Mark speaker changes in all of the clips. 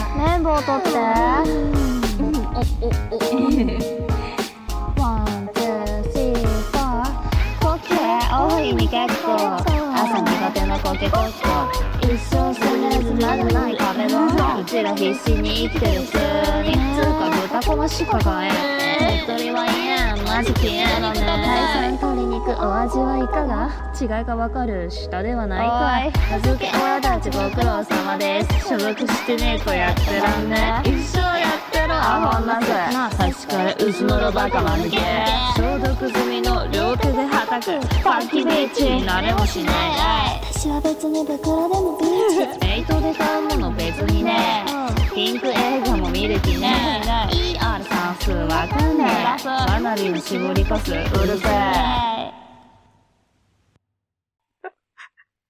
Speaker 1: 取っておおおワン、ツー、スリー、フォーコケ、大いに結構朝苦手なコケコッコ一生スムーズなるない壁のうちら必死に生きてる普通につうか豚こもしかがええ鳥はいえんマジ消えろね海鮮鶏肉お味はいかが違いがわかる下ではないかい名付け親たちご苦労様です所属してねえ子やってらんね一生やってろアホなぜなあ最初からうちのろバカまぬけ消毒済みの両手ではたくパンキビーチになれもしない
Speaker 2: 私は別に袋でもビーチ
Speaker 1: メイトで買うもの別にねピンク映画も見る気ね ER 算数わかんねえかなりの絞りかすうるせえ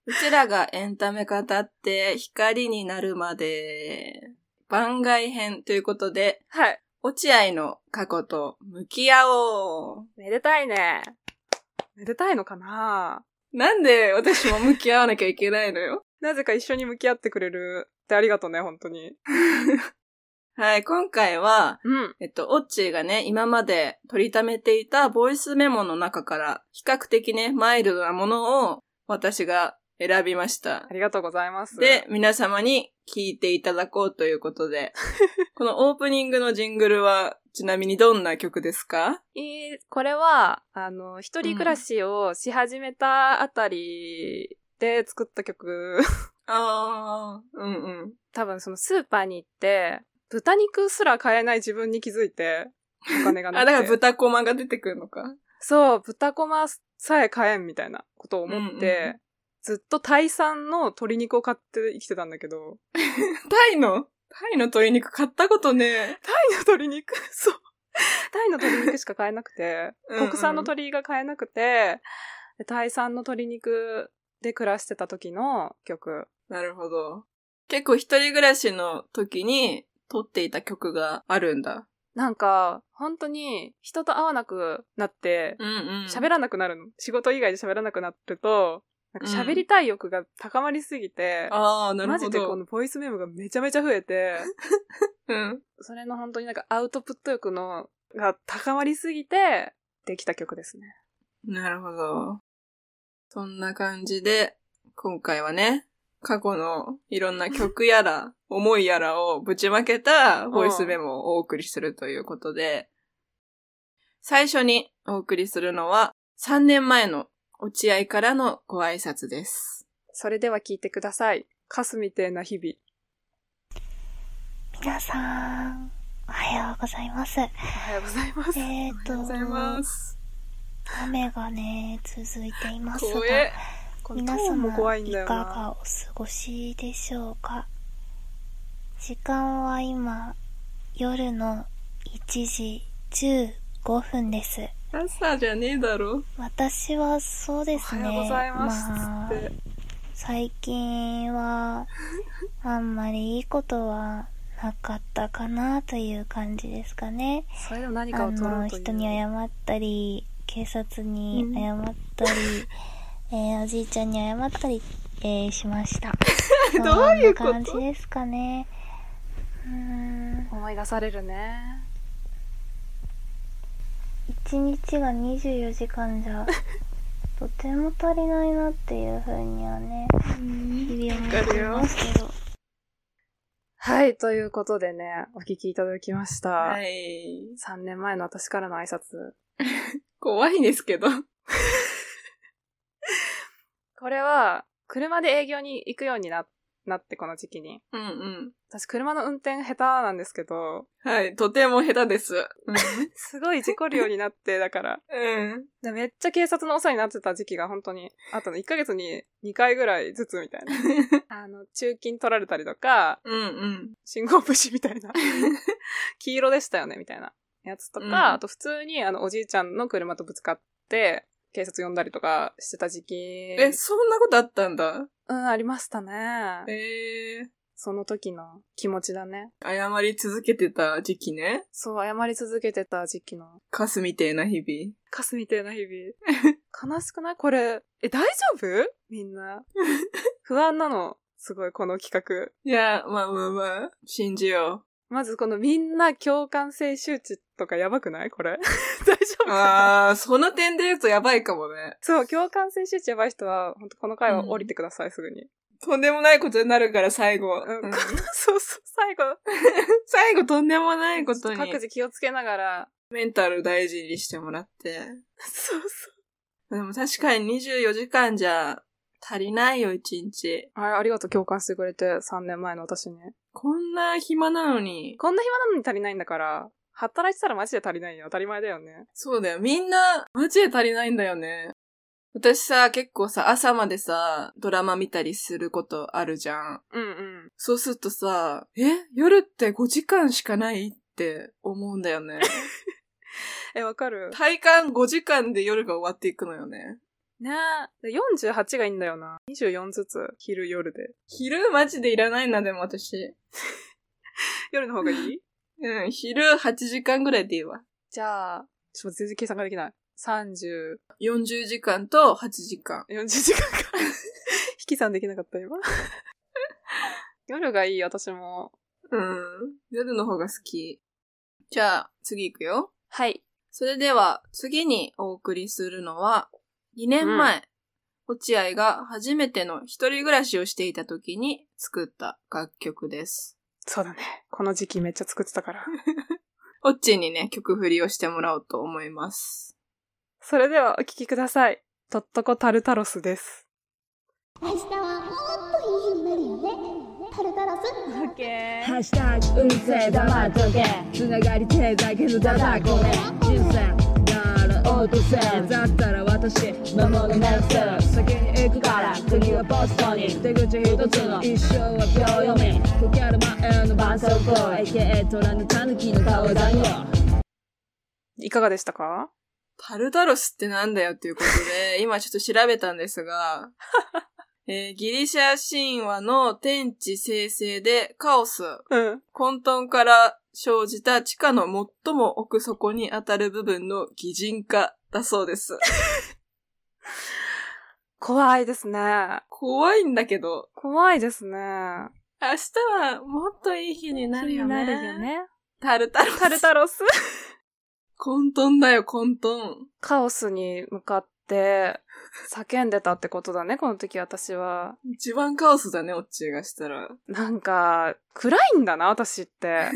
Speaker 3: うちらがエンタメ語って光になるまで番外編ということで、
Speaker 4: はい。
Speaker 3: 落合の過去と向き合おう。
Speaker 4: めでたいね。めでたいのかな
Speaker 3: なんで私も向き合わなきゃいけないのよ。
Speaker 4: なぜか一緒に向き合ってくれるってありがとうね、本当に。
Speaker 3: はい、今回は、
Speaker 4: うん。
Speaker 3: えっと、オッチーがね、今まで取りためていたボイスメモの中から、比較的ね、マイルドなものを私が選びました
Speaker 4: あ。りがとうございます。
Speaker 3: で、、皆様に聞いていただこうということ で、このオープニングのジングルは、ちなみにどんな曲ですか
Speaker 4: えーこれは、あの、一人暮らしをし始めたあたりで作った 曲。
Speaker 3: ああ、うんうん。
Speaker 4: 多分そのスーパーに行って、豚肉すら買えない自分に気づいて、お金が
Speaker 3: あ、
Speaker 4: なく て。
Speaker 3: だから豚コマが出てくるのか。
Speaker 4: そう、豚こまさえ買えんみたいなことを思って、
Speaker 3: うんうんう
Speaker 4: ずっとタイ産の鶏肉を買って生きてたんだけど、
Speaker 3: タイのタイの鶏肉買ったことね。
Speaker 4: タイの鶏肉そう。タイの鶏肉しか買えなくて、
Speaker 3: うんうん
Speaker 4: 国産の鶏が買えなくて、でタイ産の鶏肉で暮らしてた時の曲。
Speaker 3: なるほど。結構一人暮らしの時に撮っていた曲があるんだ。
Speaker 4: なんか、本当に人と会わなくなって、
Speaker 3: うんうん
Speaker 4: 喋らなくなるの。仕事以外で喋らなくなると、なんか喋りたい欲が高まりすぎて、
Speaker 3: ああ、なる
Speaker 4: マ
Speaker 3: ほど。
Speaker 4: ジでこのボイスメモがめちゃめちゃ増えて、
Speaker 3: うん。
Speaker 4: それの本当になんかアウトプット欲のが高まりすぎて、できた曲ですね。
Speaker 3: なるほど。そんな感じで、今回はね、過去のいろんな曲やら、思いやらをぶちまけたボイスメモをお送りするということで、最初にお送りするのは、3年前の落合からのご挨拶です。
Speaker 4: それでは聴いてください。カスみてえな日々。
Speaker 2: 皆さんおはようございますえ
Speaker 4: おはようございます。
Speaker 2: ー
Speaker 3: おはようございま
Speaker 2: と
Speaker 3: す。
Speaker 2: 雨がね続いていますが
Speaker 3: 怖え。
Speaker 4: このト
Speaker 2: 皆
Speaker 4: ーンも
Speaker 2: 様
Speaker 4: 怖いん
Speaker 2: い
Speaker 4: だ
Speaker 2: か
Speaker 4: よな。
Speaker 2: がお過ごしでしょうか時間は今夜の1時15分です
Speaker 3: 朝じゃねえだろ。
Speaker 2: 私はそうで
Speaker 4: お
Speaker 2: す
Speaker 4: は
Speaker 2: ね
Speaker 4: ようございます。
Speaker 2: まあ
Speaker 4: つって。
Speaker 2: 最近 はあんまりいいことはなかったかなという感じですかね
Speaker 4: それでも何か
Speaker 2: あ
Speaker 4: を取ろ
Speaker 2: の
Speaker 4: うという。
Speaker 2: 人に謝ったり警察に謝ったり、えーおじいちゃんに謝ったり、えーしました
Speaker 3: どういうこと
Speaker 2: そんな感じですかねうーん
Speaker 4: 思い出されるね。
Speaker 2: 一日が24時間じゃとても足りないなっていうふうにはね日々思っていますけど
Speaker 4: はい、ということでね、お聴きいただきました。
Speaker 3: はい。
Speaker 4: 3年前の私からの挨拶。
Speaker 3: 怖いんですけど。
Speaker 4: これは、車で営業に行くようにななって、この時期に。
Speaker 3: うんうん。
Speaker 4: 私、車の運転下手なんですけど、
Speaker 3: はい、とても下手です。
Speaker 4: すごい事故るようになって、だから。
Speaker 3: うん。
Speaker 4: でめっちゃ警察のお世話になってた時期が本当にあったの。1ヶ月に2回ぐらいずつみ たいな。あの、中金取られたりとか、
Speaker 3: うんうん。
Speaker 4: 信号無視みた いな。黄色でしたよね、みたいなやつとか、
Speaker 3: うん
Speaker 4: あと普通にあの、おじいちゃんの車とぶつかって、警察呼んだりとかしてた時期。
Speaker 3: え、そんなことあったんだ。
Speaker 4: うん、ありましたね。
Speaker 3: え
Speaker 4: その時の気持ちだね。
Speaker 3: ー、謝り続けてた時期ね。
Speaker 4: そう、謝り続けてた時期の
Speaker 3: カスみてえな日々。
Speaker 4: カスみたいな日々。悲しくないこれ。え、大丈夫みんな。不安なの。すごい、この企画。
Speaker 3: いや、まあまあまあ、信じよ
Speaker 4: まずこのみんな共感性周知とかやばくないこれ。 大丈夫
Speaker 3: あー、その点で言うとやばいかもね。
Speaker 4: そう、共感性周知やばい人は、本当この回は降りてください、すぐに。
Speaker 3: とんでもないことになるから、最後。
Speaker 4: う
Speaker 3: うんん
Speaker 4: そうそう、最後、
Speaker 3: 最後とんでもないこと
Speaker 4: 各
Speaker 3: に、
Speaker 4: 自気をつけながら、
Speaker 3: メンタル大事にしてもらって。
Speaker 4: そうそ
Speaker 3: でも確かに24時間じゃ足りないよ、1日。
Speaker 4: う。あれ、ありがとう、共感してくれて、3年前の私に。
Speaker 3: こんな暇なのに。
Speaker 4: こんな暇なのに足りないんだから、働いてたらマジで足りないよ。当たり前だよね。
Speaker 3: そうだよ。みんな、マジで足りないんだよね。私さ、結構さ、朝までさ、ドラマ見たりすることあるじゃん。
Speaker 4: うんうん。
Speaker 3: そうするとさ、え夜って5時間しかないって思うんだよね。
Speaker 4: え、わかる
Speaker 3: 体感5時間で夜が終わっていくのよね。
Speaker 4: ねえ。で48がいいんだよな。24ずつ、昼、夜で。
Speaker 3: 昼マジでいらないな、でも私。
Speaker 4: 夜の方がいい
Speaker 3: うん、昼8時間ぐらいでいいわ。
Speaker 4: じゃあ、ちょっと全然計算ができない。30、
Speaker 3: 40時間と8時間。
Speaker 4: 40時間か。 引き算できなかった、今。 夜がいい、私も。
Speaker 3: うん。夜の方が好き。じゃあ、次行くよ。
Speaker 4: はい。
Speaker 3: それでは、次にお送りするのは、2年前、落合が初めての一人暮らしをしていた時に作った楽曲です。
Speaker 4: そうだね。この時期めっちゃ作ってたから。
Speaker 3: オッチにね、曲振りをしてもらおうと思います。
Speaker 4: それではお聴きください。とっとこタルタロスです。
Speaker 1: 明日はもっといい日になるよねタルタラス
Speaker 5: ハッシュタグ運勢黙っとけつながりてえだけのダダこれ人生なら落とせだったら私魔物なんて先に行くから次はボストンに出口一つの一生は秒読みこける前の絆創膏 AKA 虎の狸の顔だよ
Speaker 4: いかがでしたか
Speaker 3: タルタロスってなんだよっていうこと で、今ちょっと調べたんですが、えーギリシャ神話の天地生成でカオス、
Speaker 4: うん。
Speaker 3: 混沌から生じた地下の最も奥底にあたる部分の擬人化だそうです。
Speaker 4: 怖いですね。
Speaker 3: 怖いんだけど、
Speaker 4: 怖いですね。
Speaker 3: 明日はもっといい日になるよね。
Speaker 4: 気になるよね。
Speaker 3: タルタル。
Speaker 4: タルタロス。
Speaker 3: 混沌だよ、混沌。
Speaker 4: カオスに向かって叫んでたってことだね、この時私は。
Speaker 3: 一番カオスだね、オッチーがしたら。
Speaker 4: なんか、暗いんだな、私って。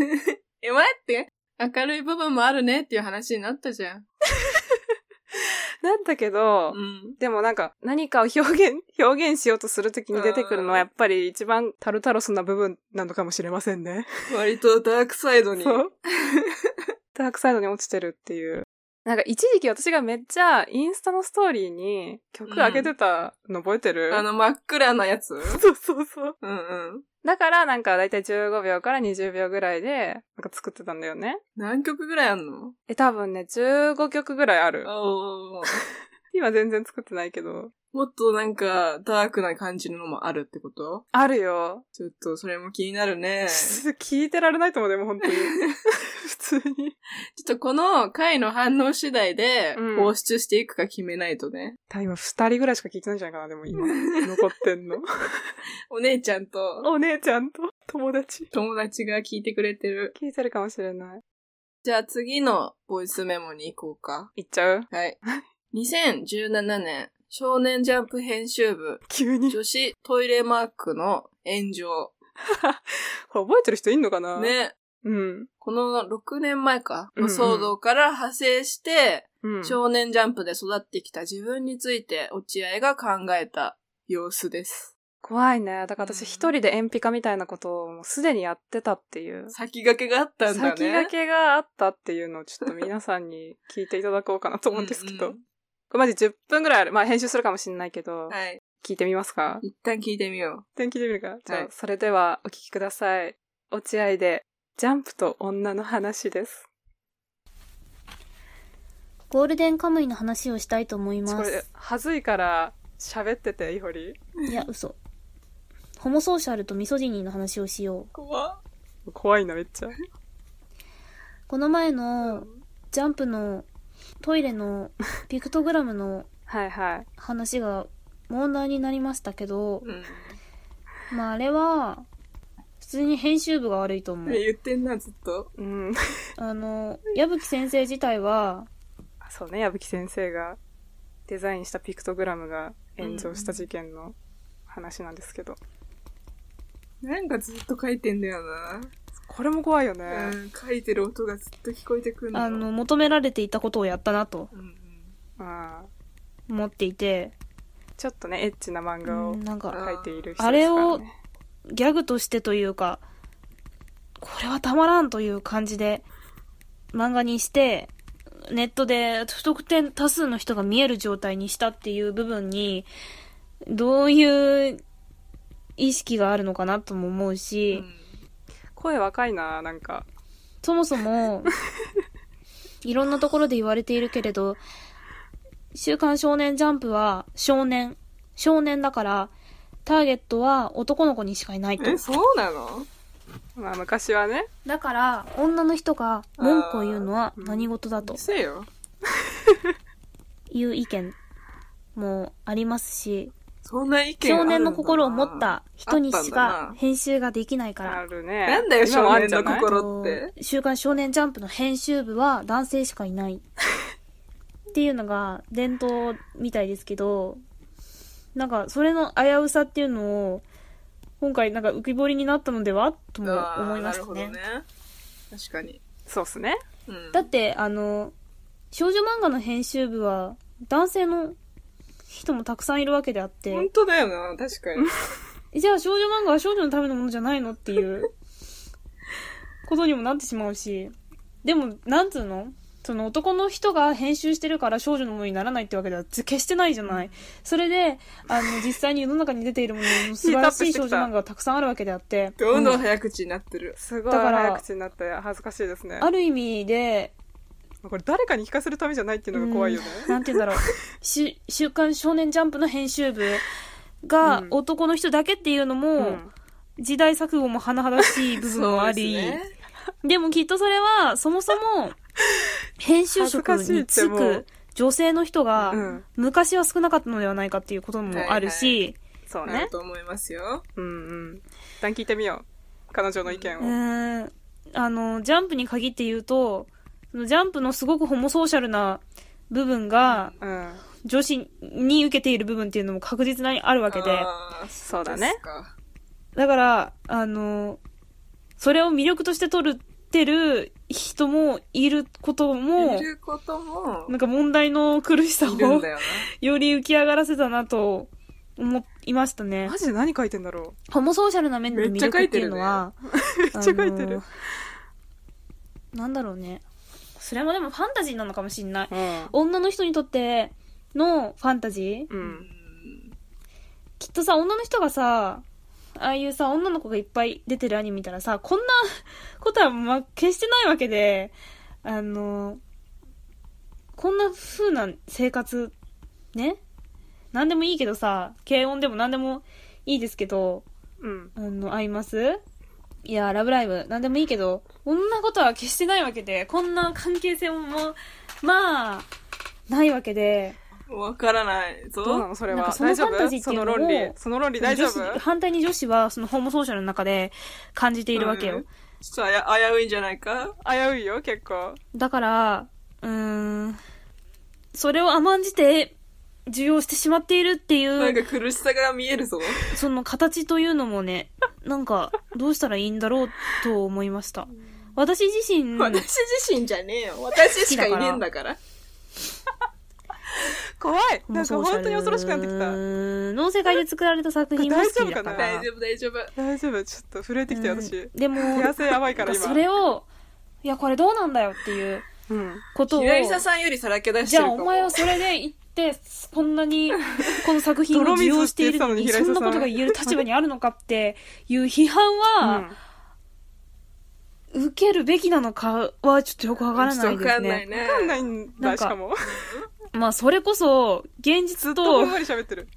Speaker 3: え、待って。明るい部分もあるねっていう話になったじゃん。
Speaker 4: なんだけど、
Speaker 3: うん。
Speaker 4: でもなんか何かを表現、表現しようとするときに出てくるのはやっぱり一番タルタロスな部分なのかもしれませんね。
Speaker 3: 割とダークサイドに。
Speaker 4: そう。 ダークサイドに落ちてるっていう。なんか一時期私がめっちゃインスタのストーリーに曲上げてたの覚えてる、
Speaker 3: あの真っ暗なやつ。
Speaker 4: そうそうそう。
Speaker 3: うんうん。
Speaker 4: だからなんかだいたい15秒から20秒ぐらいでなんか作ってたんだよね。
Speaker 3: 何曲ぐらいあんの
Speaker 4: え、多分ね、15曲ぐらいある。
Speaker 3: おー。
Speaker 4: 今全然作ってないけど。
Speaker 3: もっとなんか、ダークな感じのもあるってこと
Speaker 4: あるよ。
Speaker 3: ちょっと、それも気になるね。ち
Speaker 4: 聞いてられないと思う、でも本当に。 普通
Speaker 3: ょ
Speaker 4: に。
Speaker 3: っとこの回の反応次第で
Speaker 4: うん、
Speaker 3: 放出していくか決めないとね。
Speaker 4: 多分今二人ぐらいしか聞いてないんじゃないかな、でも今。残ってんの。
Speaker 3: お姉ちゃんと
Speaker 4: お姉ちゃんと友達。
Speaker 3: 友達が聞いてくれてる。
Speaker 4: 聞いてるかもしれない。
Speaker 3: じゃあ次のボイスメモに行こうか。
Speaker 4: 行っちゃう
Speaker 3: はい。2017年、少年ジャンプ編集部、
Speaker 4: 急に。こ
Speaker 3: 女子トイレマークの炎上。
Speaker 4: れ覚えてる人いんのかな。
Speaker 3: ね。
Speaker 4: うん。
Speaker 3: この6年前か、
Speaker 4: うんうん
Speaker 3: 騒動から派生して、
Speaker 4: うん。
Speaker 3: 少年ジャンプで育ってきた自分について落合が考えた様子です。
Speaker 4: 怖いね。だから私
Speaker 3: うん
Speaker 4: 一人で鉛筆化みたいなことをもうすでにやってたっていう。
Speaker 3: 先駆けがあったんだね。
Speaker 4: 先駆けがあったっていうのをちょっと皆さんに聞いていただこうかなと思うんですけど。
Speaker 3: うんう
Speaker 4: こ
Speaker 3: ん
Speaker 4: れマジ10分ぐらいある。まあ編集するかもしれないけど、
Speaker 3: はい。
Speaker 4: 聞いてみますか
Speaker 3: 一旦聞いてみよ
Speaker 4: 一旦聞いてみるか。じゃあ、
Speaker 3: はい
Speaker 4: それではお聞きください。落合で、ジャンプと女の話です。
Speaker 2: ゴールデンカムイの話をしたいと思い
Speaker 4: こ
Speaker 2: ま
Speaker 4: れ
Speaker 2: す、
Speaker 4: はずいから喋ってて、イホリ。
Speaker 2: いや嘘ホモソーシャルとミソジニーの話をしよう
Speaker 3: う。怖
Speaker 4: 怖いな、めっちゃ。
Speaker 2: この前のジャンプのトイレのピクトグラムの
Speaker 4: はいはい。
Speaker 2: 話が問題になりましたけど
Speaker 3: う、ん。
Speaker 2: まああれは
Speaker 6: 普通に編集部が悪いと思う。
Speaker 3: 言ってんな、ずっと。
Speaker 4: うん。
Speaker 6: あの、矢吹先生自体は、
Speaker 4: そうね、矢吹先生がデザインしたピクトグラムが炎上した事件の話なんですけど。
Speaker 3: なんかずっと書いてんだよな。
Speaker 4: これも怖いよね。
Speaker 3: うん、書いてる音がずっと聞こえてくる
Speaker 6: あの、、求められていたことをやったなと
Speaker 3: うんうん、
Speaker 4: あ
Speaker 6: 思っていて、
Speaker 4: あちょっとね、エッチな漫画
Speaker 6: う
Speaker 4: を
Speaker 6: んなんか、
Speaker 4: 描いている人ですからね。
Speaker 6: あれをギャグとしてというか、これはたまらんという感じで、漫画にして、ネットで不特定多数の人が見える状態にしたっていう部分に、どういう意識があるのかなとも思うし、
Speaker 4: 声若いな、なんか。
Speaker 6: そもそも、いろんなところで言われているけれど、週刊少年ジャンプは少年、少年だから、ターゲットは男の子にしかいないと。
Speaker 3: え、そうなの
Speaker 4: まあ昔はね、
Speaker 6: だから、女の人が文句を言うのは何事だと
Speaker 3: せえよ。
Speaker 6: いう意見もありますし、
Speaker 3: そんな意見あ
Speaker 6: 少
Speaker 3: るんだな
Speaker 6: 年の心を持った人にし
Speaker 3: あったんだ
Speaker 6: か
Speaker 3: な
Speaker 6: 編集ができないか
Speaker 4: あ
Speaker 6: ら。
Speaker 4: るね。
Speaker 3: なんだよ
Speaker 4: 今もあるんじゃ
Speaker 3: 少
Speaker 4: ない
Speaker 3: 年の心って
Speaker 6: と週刊少年ジャンプの編集部は男性しかいない。っていうのが伝統みたいですけど、なんかそれの危うさっていうのを、今回なんか浮き彫りになったのではとも
Speaker 3: あー
Speaker 6: 思いました
Speaker 3: なるほどね。確かに。
Speaker 4: そうっすね。
Speaker 3: うん、
Speaker 6: だってあの少女漫画の編集部は男性の人もたくさんいるわけであっ
Speaker 3: 本
Speaker 6: て
Speaker 3: 当だよな、確かに。
Speaker 6: じゃあ少女漫画は少女のためのものじゃないのっていうことにもなってしまうしでもなんつうのその男の人が編集してるから少女のものにならないってわけでは決してないじゃない。それで、あの、実際に世の中に出ているものの素晴らしい少女漫画がたくさんあるわけであって。
Speaker 3: どんどん早口になってる。
Speaker 4: すごい
Speaker 6: だから
Speaker 4: 早口になって恥ずかしいですね。
Speaker 6: ある意味で、
Speaker 4: これ誰かに聞かせるためじゃないっていうのが怖いよね。
Speaker 6: うんなんて言うんだろう。し週刊少年ジャンプの編集部が
Speaker 4: うん
Speaker 6: 男の人だけっていうの
Speaker 4: う
Speaker 6: も、
Speaker 4: ん
Speaker 6: 時代錯誤も甚だしい部分もあり、
Speaker 3: そう
Speaker 6: で
Speaker 3: ですね
Speaker 6: もきっとそれは、そもそも、編集職
Speaker 4: 恥ずかしい
Speaker 6: に
Speaker 4: って
Speaker 6: 就
Speaker 4: もう
Speaker 6: く女性の人が、
Speaker 4: うん
Speaker 6: 昔は少なかったのではないかっていうこともあるし、
Speaker 4: そう
Speaker 3: な
Speaker 4: ね
Speaker 3: る。と思いますよ。
Speaker 4: うんうん。一旦聞いてみよう。彼女の意見を。
Speaker 6: うーんあの、ジャンプに限って言うと、そのジャンプのすごくホモソーシャルな部分が、
Speaker 4: うん。
Speaker 6: 女子に受けている部分っていうのも確実にあるわけで、
Speaker 3: あーそう
Speaker 4: そうだ
Speaker 3: で
Speaker 4: ね
Speaker 3: す。か
Speaker 6: だから、あの、それを魅力として取るってる人もいることも
Speaker 3: い、ることも
Speaker 6: なんか問題の苦しさ
Speaker 3: いるん
Speaker 6: を
Speaker 3: だよ
Speaker 6: より浮き上がらせたなと思いましたね
Speaker 4: マ。ジで何書いてんだろ
Speaker 6: ホモソーシャルな面での魅力っていうのは、
Speaker 4: う。めっちゃ書いて
Speaker 6: あ
Speaker 4: る
Speaker 6: の。なんだろうね。それもでもファンタジーなのかもしんない。
Speaker 4: うん。
Speaker 6: 女の人にとってのファンタジー
Speaker 4: う
Speaker 3: な。
Speaker 4: ん。
Speaker 6: きっとさ、女の人がさ、ああいうさ、女の子がいっぱい出てるアニメ見たらさ、こんな ことは、ま、決してないわけで、あの、こんな風な生活、ねなんでもいいけどさ、軽音でもなんでもいいですけど、
Speaker 4: うん。
Speaker 6: あの、合いますいや、ラブライブ、なんでもいいけど、こんなことは決してないわけで、こんな関係性も、もうまあ、ないわけで、
Speaker 3: うんわからない
Speaker 4: どうな
Speaker 3: ぞ。
Speaker 4: のそれ
Speaker 6: なん
Speaker 4: は
Speaker 6: か。その
Speaker 4: 大丈
Speaker 6: ファンタジ
Speaker 4: 夫
Speaker 6: ーって
Speaker 4: そ
Speaker 6: いう
Speaker 4: の
Speaker 6: のを
Speaker 4: 論理。その論理大丈夫
Speaker 6: 女子反対に女子はそのホモソーシャルの中で感じているわけよ、
Speaker 3: うんちょっとあや危ういんじゃないか
Speaker 4: 危ういよ、結構。
Speaker 6: だからうーんそれを甘んじて受容してしまっているってい
Speaker 3: なんか
Speaker 6: う
Speaker 3: 苦しさが見えるぞ。
Speaker 6: その形というのもねなんかどうしたらいいんだろうと思いました私自 身好
Speaker 3: 私自身じゃねえよ。私しかいねえんだから。
Speaker 4: 怖いなんか本当に恐ろしくなってきた。
Speaker 6: の世界で作られた作品も好き
Speaker 4: 大丈夫か
Speaker 6: だか
Speaker 4: な
Speaker 6: ら
Speaker 3: 大丈夫、大丈夫。
Speaker 4: 大丈夫ちょっと震えてきたよ、
Speaker 6: う
Speaker 4: 私
Speaker 6: ん。でも
Speaker 4: 手
Speaker 6: な
Speaker 4: 汗やばいか
Speaker 6: ん
Speaker 4: ら
Speaker 6: か
Speaker 4: 今。
Speaker 6: それをいやこれどうなんだよっていう
Speaker 4: うん。
Speaker 6: ことを
Speaker 3: 左ささんよりさらけ出し
Speaker 6: じ
Speaker 3: てる
Speaker 6: ゃ
Speaker 3: か
Speaker 6: あ
Speaker 3: も。
Speaker 6: お前はそれで行って、こんな にこの作品を利用しているのに、
Speaker 4: 泥
Speaker 6: そ
Speaker 4: 水って言っ
Speaker 6: ん
Speaker 4: てたのに
Speaker 6: なことが言える立場にあるのかっていう批判は、受けるべきなのかはちょっとよくわからない
Speaker 3: ちょっ
Speaker 6: で
Speaker 3: とわか
Speaker 6: す
Speaker 3: んない
Speaker 6: ね。
Speaker 3: ね
Speaker 4: わ。かんないん
Speaker 6: な
Speaker 4: だ、
Speaker 6: ん
Speaker 4: し
Speaker 6: か
Speaker 4: かも。
Speaker 6: まあそれこそ、現
Speaker 4: ずっ
Speaker 6: 実
Speaker 4: とふ
Speaker 6: と
Speaker 4: んわり喋ってる。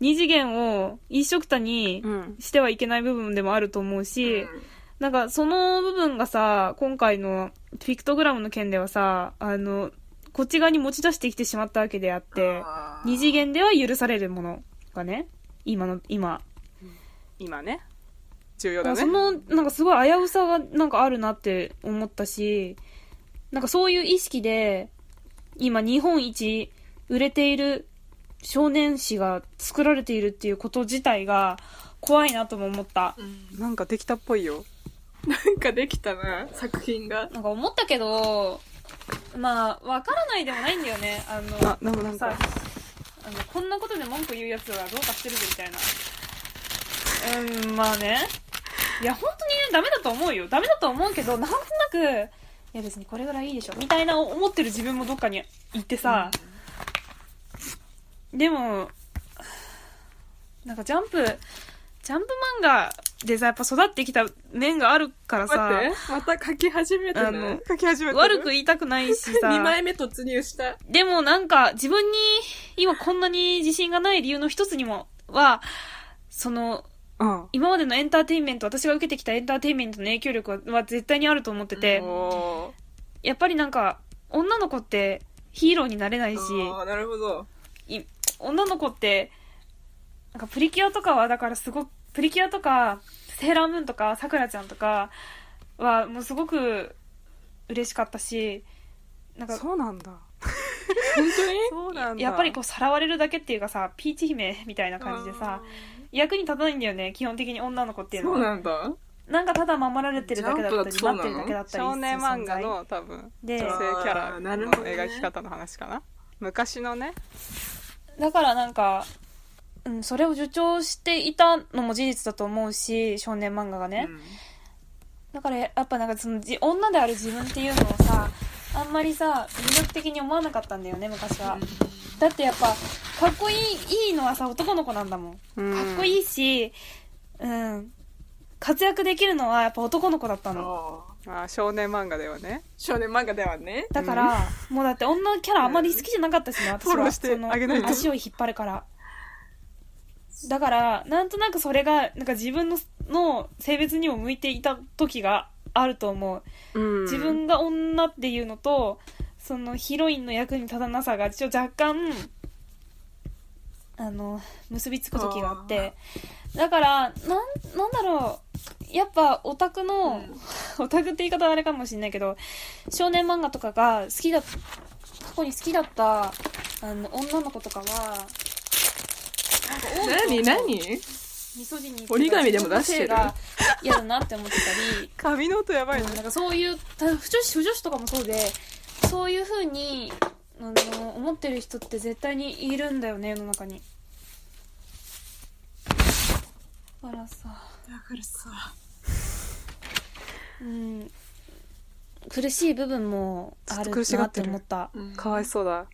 Speaker 6: 二次元を一緒くたに
Speaker 4: ん。
Speaker 6: してはいけない部分でもあると思うし、
Speaker 3: うん
Speaker 6: なんかその部分がさ、今回のピクトグラムの件ではさ、あの、こっち側に持ち出してきてしまったわけであって、
Speaker 3: あー
Speaker 6: 二次元では許されるものがね、今の、今、
Speaker 4: 今ね。重要だ
Speaker 6: そ
Speaker 4: ね。
Speaker 6: のなんかすごい危うさがなんかあるなって思ったしなんかそういう意識で今日本一売れている少年誌が作られているっていうこと自体が怖いなとも思った
Speaker 4: なんかできたっぽいよ。
Speaker 3: なんかできたな、作品が。
Speaker 6: なんか思ったけどまあわからないでもないんだよねあの
Speaker 4: あ、でもなん
Speaker 6: さ
Speaker 4: か、
Speaker 6: あのこんなことで文句言うやつはどうかしてるぜみたいなうんまあねいや本当にダメだと思うよダメだと思うけどなんとなくいや別にこれぐらいいいでしょみたいな思ってる自分もどっかにいてさ、でもなんかジャンプジャンプ漫画でさやっぱ育ってきた面があるから
Speaker 3: 待っ
Speaker 6: さ
Speaker 3: て、また書き始めて
Speaker 6: あ
Speaker 3: ね
Speaker 6: の。
Speaker 4: 書き始めてる。
Speaker 6: 悪く言いたくないし さ
Speaker 3: 2枚目突入した。
Speaker 6: でもなんか自分に今こんなに自信がない理由の一つにもは、その
Speaker 4: うん。
Speaker 6: 今までのエンターテインメント、私が受けてきたエンターテインメントの影響力はは絶対にあると思ってて、
Speaker 3: お
Speaker 6: やっぱりなんか女の子ってヒーローになれないし、
Speaker 3: ーあーなるほど。
Speaker 6: い女の子って、なんかプリキュアとかはだからすごく、プリキュアとか、セーラームーンとか、さくらちゃんとかはもうすごく嬉しかったし、なんか
Speaker 4: そうなんだ。
Speaker 3: 本当に
Speaker 4: そうなんだ。
Speaker 6: やっぱりこうさらわれるだけっていうかさピーチ姫みたいな感じでさ役に立たないんだよね基本的に女の子っていうの
Speaker 3: そ
Speaker 6: は
Speaker 3: うなんだ。
Speaker 6: なんかただ守られてるだけだったり
Speaker 3: ジャンプだ
Speaker 6: 待って
Speaker 3: と
Speaker 6: るだけだったり
Speaker 4: 少年漫画
Speaker 6: そう
Speaker 4: の多分、
Speaker 6: で
Speaker 4: 女性キャ
Speaker 3: あ
Speaker 4: ラ
Speaker 3: ー
Speaker 4: の
Speaker 3: なるほどね
Speaker 4: 描き方の話かな。昔のね。
Speaker 6: 存在だからなんか、うん、それを助長していたのも事実だと思うし少年漫画がね、
Speaker 3: うん
Speaker 6: だからやっぱなんかそのじ女である自分っていうのをさあんまりさ魅力的に思わなかったんだよね昔は、だってやっぱかっこいいいいのはさ男の子なんだもんかっこ
Speaker 4: い。
Speaker 6: いいし、うん、活躍できるのはやっぱ男の子だったの。
Speaker 3: あー
Speaker 4: あー少年漫画ではね。
Speaker 3: 少年漫画ではね。
Speaker 6: だから、もうだって女キャラあんまり好きじゃなかったしね、私
Speaker 4: フォロ
Speaker 6: は。
Speaker 4: ーして
Speaker 6: その
Speaker 4: あげないと
Speaker 6: 足を引っ張るから。だから、なんとなくそれが、なんか自分のの性別にも向いていた時があると思う。
Speaker 4: 自
Speaker 6: 自分が女っていうのと、そのヒロインの役に立たなさが、ちょ若干、あの、結びつく時があって。だから、なん、なんだろう。やっぱオタクの、オタクって言い方はあれかもしれないけど、少年漫画とかが好きだ、過去に好きだった、あの、女の子とかは、なんか多いと思
Speaker 3: 何
Speaker 6: う
Speaker 3: 何
Speaker 6: ミソジニーっていうか
Speaker 3: 折り紙でも出してる
Speaker 6: 自分の性が嫌だなって思ってたり、
Speaker 4: 髪の音やばいね
Speaker 6: うん。なんかそういうた不女子不女子とかもそうでそういう風にあの思ってる人って絶対にいるんだよね世の中にだからさ
Speaker 3: だからさ。
Speaker 6: うん苦しい部分もある
Speaker 4: ちょっと苦しが
Speaker 6: なっ
Speaker 4: って
Speaker 6: て
Speaker 4: る
Speaker 6: 思った
Speaker 4: かわいそうだ。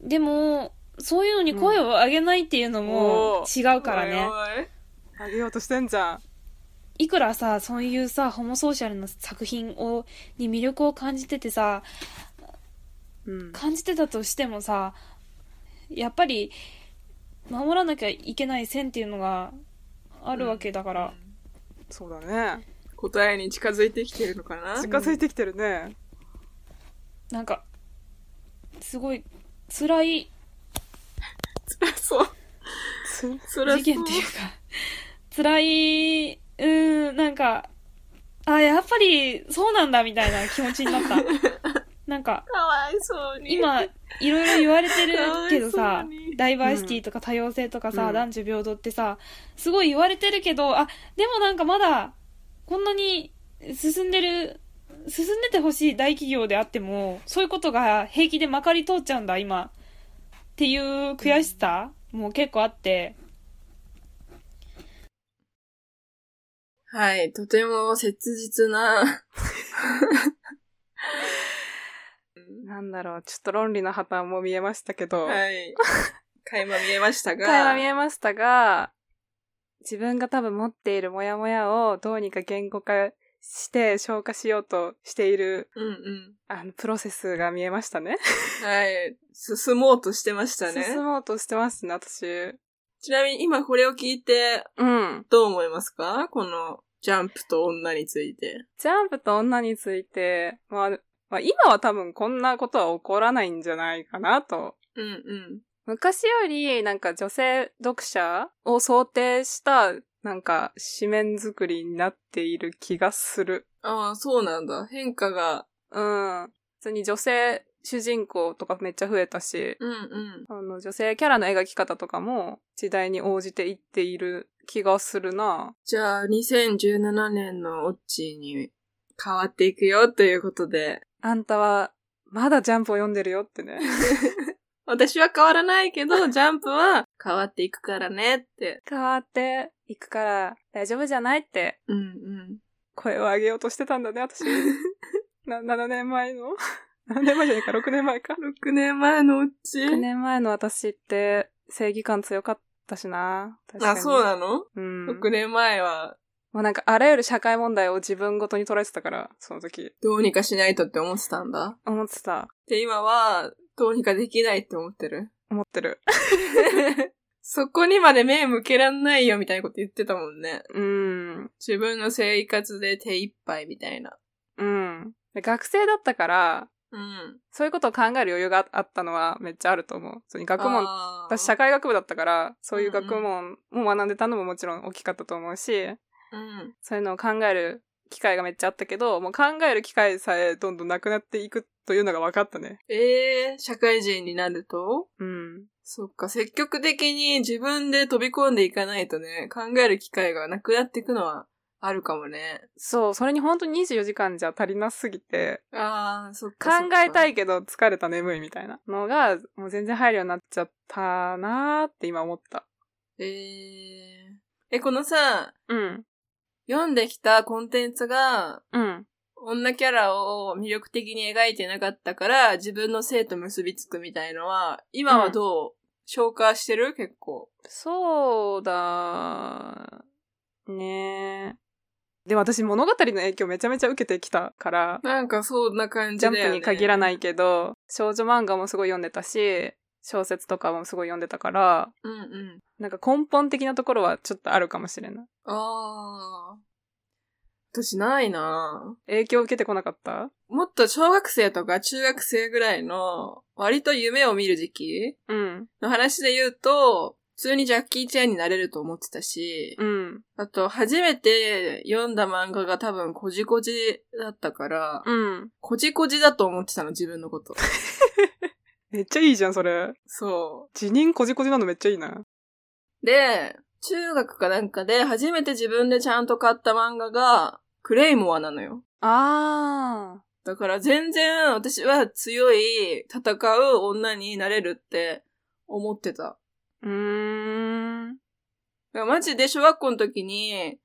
Speaker 6: でもそういうのに声を上げないっていうのも
Speaker 4: お
Speaker 6: 違うからね、
Speaker 3: おいおい
Speaker 4: あげようとしてんじゃん。
Speaker 6: いくらさそういうさホモソーシャルな作品をに魅力を感じててさ
Speaker 4: うん。
Speaker 6: 感じてたとしてもさやっぱり守らなきゃいけない線っていうのがあるわけだから、
Speaker 4: そうだね。
Speaker 3: 答えに近づいてきてるのかな
Speaker 4: 近づいてきてるね。
Speaker 6: なんかすごい辛い
Speaker 3: 辛そう。
Speaker 4: つ
Speaker 3: 辛そう。
Speaker 6: 事件っていうか 辛いうんなんかあやっぱりそうなんだみたいな気持ちになった なんか
Speaker 3: かわいそうに。
Speaker 6: 今いろいろ言われて るけど
Speaker 3: かわい
Speaker 6: さ
Speaker 3: そうに
Speaker 6: ダイバーシティとか多様性とかさ、
Speaker 4: うん
Speaker 6: 男女平等ってさすごい言われてるけどあでもなんかまだこんなに進んでる進んでてほしい大企業であってもそういうことが平気でまかり通っちゃうんだ今っていう悔しさ、もう結構あって
Speaker 3: はい、とても切実な。
Speaker 4: なんだろう、ちょっと論理の破綻も見えましたけど、
Speaker 3: はい。垣間見えましたが。
Speaker 4: 答えは見えましたが、自分が多分持っているモヤモヤをどうにか言語化して消化しようとしている、
Speaker 3: うんうん。
Speaker 4: あの、プロセスが見えましたね。
Speaker 3: はい。進もうとしてましたね
Speaker 4: 進。もうとしてますね、私。
Speaker 3: ちなみに今これを聞いて
Speaker 4: うん。
Speaker 3: どう思いますかこのジャンプと女について。
Speaker 4: ジャンプと女について、まあ、まあ、今は多分こんなことは起こらないんじゃないかなと
Speaker 3: うんうん。
Speaker 4: 昔よりなんか女性読者を想定したなんか、紙面作りになっている気がする。
Speaker 3: ああ、そうなんだ。変化が。
Speaker 4: うん。普通に女性主人公とかめっちゃ増えたし、
Speaker 3: うんうん。
Speaker 4: あの、女性キャラの描き方とかも時代に応じていっている気がするな。
Speaker 3: じゃあ、2017年のオッチーに変わっていくよということで。
Speaker 4: あんたは、まだジャンプを読んでるよってね。
Speaker 3: 私は変わらないけ ど、ジャンプは変わっていくからねって。
Speaker 4: 変わっていくから大丈夫じゃないって
Speaker 3: うんうん。
Speaker 4: 声を上げようとしてたんだね、私。な、7年前の ?7 年前じゃないか、6年前か。
Speaker 3: 6年前のオッチ
Speaker 4: 6年前の私って正義感強かったしな。確か
Speaker 3: あ、
Speaker 4: に。
Speaker 3: そうなの、
Speaker 4: うん。
Speaker 3: ?6 年前は
Speaker 4: もうなんかあらゆる社会問題を自分ごとに捉えてたから、その時。
Speaker 3: どうにかしないとって思ってたんだ。
Speaker 4: 思ってた。
Speaker 3: で、今はどうにかできないって思ってる。
Speaker 4: 思ってる。
Speaker 3: そこにまで目向けらんないよみたいなこと言ってたもんね。
Speaker 4: うん。
Speaker 3: 自分の生活で手一杯みたいな。
Speaker 4: うん。で学生だったから、
Speaker 3: うん。
Speaker 4: そういうことを考える余裕があったのはめっちゃあると思う。その学問、
Speaker 3: あー
Speaker 4: 私社会学部だったから、そういう
Speaker 3: う
Speaker 4: 学
Speaker 3: ん
Speaker 4: 問も学んでたのももちろん大きかったと思うし、
Speaker 3: うん。
Speaker 4: そういうのを考える機会がめっちゃあったけど、もう考える機会さえどんどんなくなっていくというのが分かったね。
Speaker 3: ええー、社会人になると
Speaker 4: うん。
Speaker 3: そっか、積極的に自分で飛び込んでいかないとね、考える機会がなくなっていくのはあるかもね。
Speaker 4: そう、それに本当に24時間じゃ足りなすぎて、
Speaker 3: ああ、そっ
Speaker 4: 考
Speaker 3: か。
Speaker 4: えた
Speaker 3: い。
Speaker 4: いけど疲れた眠いみたいなのが、もう全然入るようになっちゃったなーって今思った。
Speaker 3: えー、え、このさ、
Speaker 4: うん。
Speaker 3: 読んできたコンテンツが、
Speaker 4: うん。
Speaker 3: 女キャラを魅力的に描いてなかったから、自分の性と結びつくみたいのは、今はどう、消化してる結構。
Speaker 4: そうだねー。でも私物語の影響めちゃめちゃ受けてきたから、
Speaker 3: なんかそんな感
Speaker 4: ジ
Speaker 3: じ
Speaker 4: ャ
Speaker 3: だよ
Speaker 4: ンプ
Speaker 3: ね。。
Speaker 4: に限らないいけど、少女漫画もすごい読んでたし、小説とかもすごい読んでたから、
Speaker 3: うんうん。
Speaker 4: なんか根本的なところはちょっとあるかもしれない。
Speaker 3: ああ。私ないな
Speaker 4: 影響を受けてこなかった
Speaker 3: もっと小学生とか中学生ぐらいの、割と夢を見る時期
Speaker 4: うん。
Speaker 3: の話で言うと、普通にジャッキー・チェーンになれると思ってたし、
Speaker 4: うん。
Speaker 3: あと、初めて読んだ漫画が多分、こじこじだったから、
Speaker 4: うん。
Speaker 3: こじこじだと思ってたの、自分のこと。
Speaker 4: めっちゃいいじゃん、それ。
Speaker 3: そ
Speaker 4: 辞任こじこじなのめっちゃいいな。
Speaker 3: う。で、中学かなんかで、初めて自分でちゃんと買った漫画が、クレイモアなのよ。
Speaker 4: あ
Speaker 3: だから全然私は強い戦う女になれるって思ってた。
Speaker 4: ー。うーん。
Speaker 3: だからマジで小学校の時に、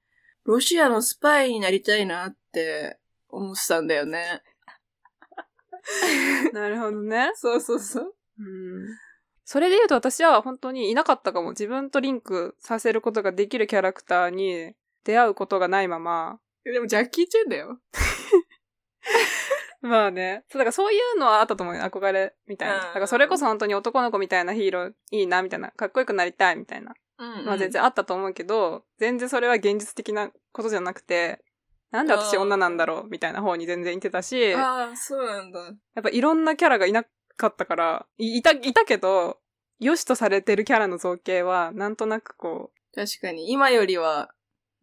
Speaker 3: ロシアのスパイになりたいなって思ってたんだよね。
Speaker 4: なるほどね。
Speaker 3: そうそうそう。
Speaker 4: うん。それで言うと私は本当にいなかったかも。自分とリンクさせることができるキャラクターに出会うことがないまま。
Speaker 3: でもジャッキー・チェンだよ。
Speaker 4: まあね。そう、だからそういうのはあったと思うよ。憧れみたいな。
Speaker 3: うん
Speaker 4: だからそれこそ本当に男の子みたいなヒーローいいな、みたいな。かっこよくなりたい、みたいな。
Speaker 3: うん
Speaker 4: まあ全。然あったと思うけど、全然それは現実的なことじゃなくて、なんで私女なんだろうみたいな方に全然行ってたし、や
Speaker 3: ああ、そうなんだ。
Speaker 4: っぱいろんなキャラがいなかったから、いいた、いたけど、良しとされてるキャラの造形は、なんとなくこ
Speaker 3: 確かに、今よりは、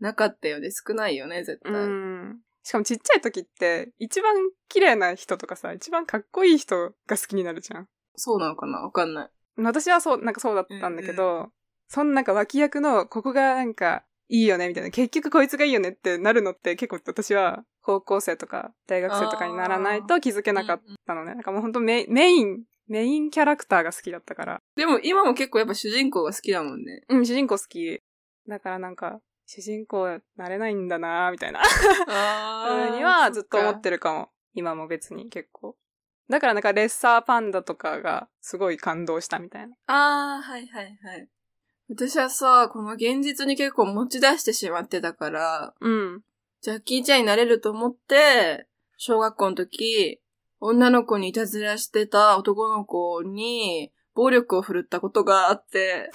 Speaker 3: なかったよね。少ないよね、絶
Speaker 4: う、
Speaker 3: 対。
Speaker 4: うん。しかもちっちゃい時って、一番綺麗な人とかさ、一番かっこいい人が好きになるじゃん。
Speaker 3: そうなのかなわかんない。
Speaker 4: 私はそう、なんかそうだったんだけど、そんなんか脇役の、ここがなんか、いいよね、みたいな。結局こいつがいいよねってなるのって結構私は、高校生とか大学生とかにならないと気づけなかったのね。なんかもうほんとメインメイン、メインキャラクターが好きだったから。。
Speaker 3: でも今も結構やっぱ主人公が好きだもんね
Speaker 4: うん、主人公好き。だからなんか、主人公なれないんだなみたいな。
Speaker 3: あ
Speaker 4: ふうにはずっと思ってるかも。今も別に結構。だからなんかレッサーパンダとかがすごい感動したみたいな。
Speaker 3: ああ、はいはいはい。私はさ、この現実に結構持ち出してしまってたから、
Speaker 4: うん。
Speaker 3: ジャッキーちゃんになれると思って、小学校の時、女の子にいたずらしてた男の子に暴力を振るったことがあって、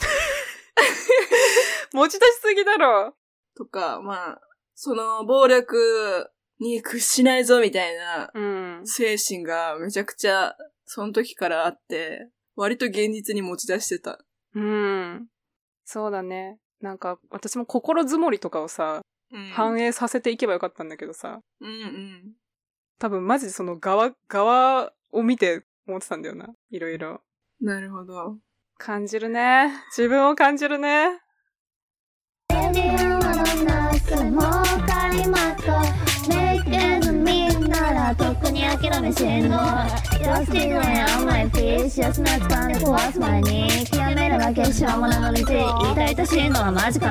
Speaker 4: 持ち出しすぎだろ
Speaker 3: とか、まあ、その暴力に屈しないぞみたいな
Speaker 4: うん。
Speaker 3: 精神がめちゃくちゃその時からあって、割と現実に持ち出してた。
Speaker 4: うん。そうだね。なんか、私も心づもりとかをさ、
Speaker 3: うん。
Speaker 4: 反映させていけばよかったんだけどさ、
Speaker 3: うんうん。
Speaker 4: 多分マジその側、側を見て思ってたんだよな。いろいろ。
Speaker 3: なるほど。
Speaker 4: 感じるね。自分を感じるね。
Speaker 1: つまり自己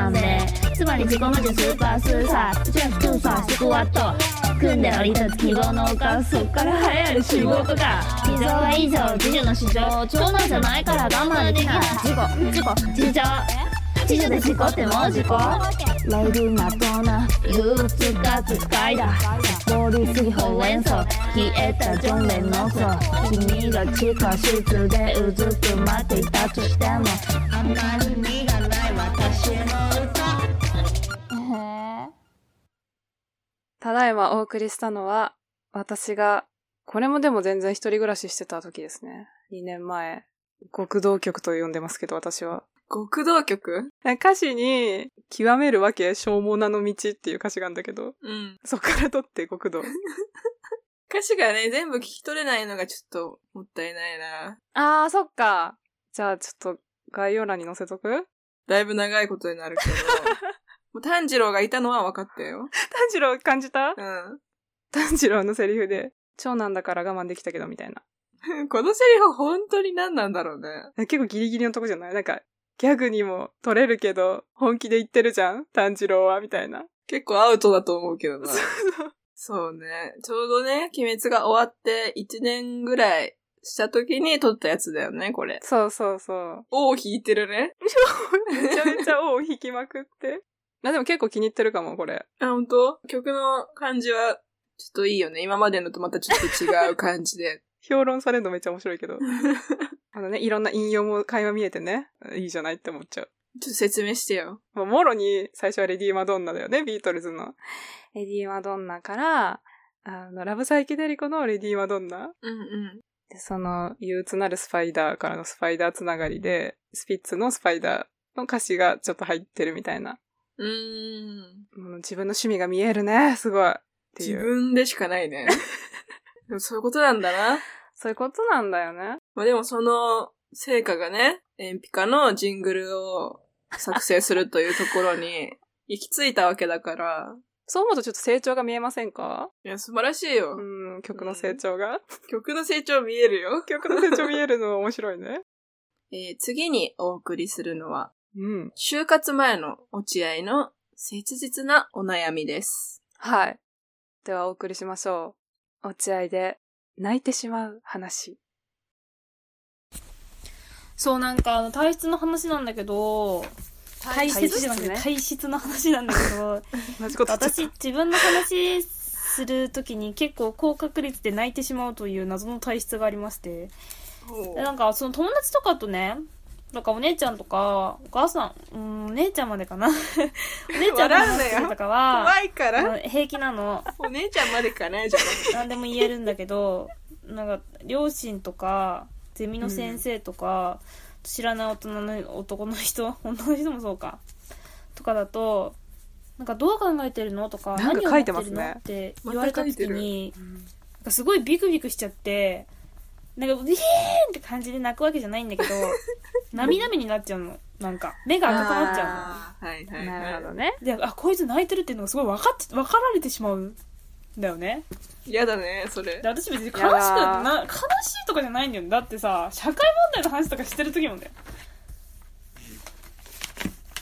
Speaker 1: 矛盾スーパースーサー、ジャストゥーサー、スクワット。組んで降り立つ希望の丘、そっから流行る仕事が。異常は異常、自助の市場。長男じゃないから我慢できない。事故、事故、事情。地上で事故ってもう事故ライブまとな憂鬱が使いだ通り過ぎほうれん草消えたジョン・レノンソ君が地下室でうずくまっていたとしてもあんまり身がない私の歌
Speaker 4: ただいまお送りしたのは、私が、これもでも全然一人暮らししてた時ですね。2年前。極道曲と呼んでますけど、私は。
Speaker 3: 極道曲
Speaker 4: 歌詞に、極めるわけ、消耗なの道っていう歌詞があるんだけど、
Speaker 3: うん。
Speaker 4: そっから取って極道。
Speaker 3: 歌詞がね、全部聞き取れないのがちょっともったいないな。
Speaker 4: あー、そっか。じゃあ、ちょっと、概要欄に載せとく
Speaker 3: だいぶ長いことになる けど。もう炭治郎がいたのは分かったよ。
Speaker 4: 炭治郎感じた
Speaker 3: う
Speaker 4: 炭治郎のセリフで、長男だから我慢できたけど、みたいな。
Speaker 3: ん。このセリフ本当に何なんだろうね。
Speaker 4: 結構ギリギリのとこじゃないなんか、ギャグにも取れるけど、本気で言ってるじゃん炭治郎は、みたいな。
Speaker 3: 結構アウトだと思うけどな。そうね。ちょうどね、鬼滅が終わって1年ぐらいした時に撮ったやつだよね、これ。
Speaker 4: そうそうそう。
Speaker 3: 尾を引いてる ね。
Speaker 4: めちゃめちゃ尾を引きまくって。あ、でも結構気に入ってるかも、これ。
Speaker 3: あ、本当？曲の感じは、ちょっといいよね。今までのとまたちょっと違う感じで。
Speaker 4: 評論されるのめっちゃ面白いけ ど。あのね、いろんな引用も会話見えてね、いいじゃないって思っちゃう。
Speaker 3: ちょっと説明してよ。
Speaker 4: まあ、もろに最初はレディー・マドンナだよね、ビートルズの。レディー・マドンナから、あの、ラブサイケデリコのレディー・マドンナ。
Speaker 3: うんうん。
Speaker 4: で、その、憂鬱なるスパイダーからのスパイダーつながりで、スピッツのスパイダーの歌詞がちょっと入ってるみたいな。
Speaker 3: うーん。
Speaker 4: もう自分の趣味が見えるね、すごい。ってい
Speaker 3: 自
Speaker 4: う。
Speaker 3: 分でしかない ね。でもそういうことなんだな。
Speaker 4: そういうことなんだよね。
Speaker 3: まあでもその成果がね、エンピカのジングルを作成するというところ に行き着いたわけだから、
Speaker 4: そう思うとちょっと成長が見えませんか
Speaker 3: いや、素晴らしいよ。
Speaker 4: うん、曲の成長が。
Speaker 3: 曲の成長見えるよ。
Speaker 4: 曲の成長見えるのは面白いね。
Speaker 3: えー次にお送りするのは、
Speaker 4: うん。
Speaker 3: 就活前の落合の切実なお悩みです。
Speaker 4: はい。ではお送りしましょう。落合で泣いてしまう話。
Speaker 6: そう、なんか、あの、体質の話なんだけど、体質じゃなくて
Speaker 4: 体質
Speaker 6: 体質の話なんだけど、
Speaker 4: 同じこと言っちゃった
Speaker 6: 私、自分の話するときに結構高確率で泣いてしまうという謎の体質がありまして、でなんかその友達とかとねなんかお姉ちゃんとかお母さん、うん、お姉ちゃんまでかな お姉ちゃんの
Speaker 3: 笑うなよ
Speaker 6: 話とかとかは
Speaker 3: 怖いか
Speaker 6: あ
Speaker 3: ら、
Speaker 6: の平気なの
Speaker 3: お姉ちゃんまでかね、じゃ
Speaker 6: 何でも言えるんだけどなんか両親とかゼミの先生とか、知らない大人の男の人 女の人もそうかとかだとなんかどう考えてるのとか
Speaker 4: なんか
Speaker 6: 何
Speaker 4: 書
Speaker 6: を思
Speaker 4: い
Speaker 6: ってて
Speaker 4: ます
Speaker 6: るの
Speaker 4: ね
Speaker 6: って
Speaker 3: ま
Speaker 6: 言
Speaker 3: た
Speaker 6: われた
Speaker 3: 書い
Speaker 6: 時
Speaker 3: てる
Speaker 6: に、なんかすごいビクビクしちゃってなんか「ヒーン!」って感じで泣くわけじゃないんだけど 涙目になっちゃうのなんか目が赤くなっちゃうの
Speaker 3: うはいはい、はい。
Speaker 4: なるほどね。
Speaker 6: であこいつ泣いてるっていうのがすごい分かって分かられてしまうんだよね
Speaker 3: 嫌だね、それ
Speaker 6: で。私別に悲しく
Speaker 4: やだー
Speaker 6: な悲しいとかじゃないんだよねだってさ社会問題の話とかしてる時もだよ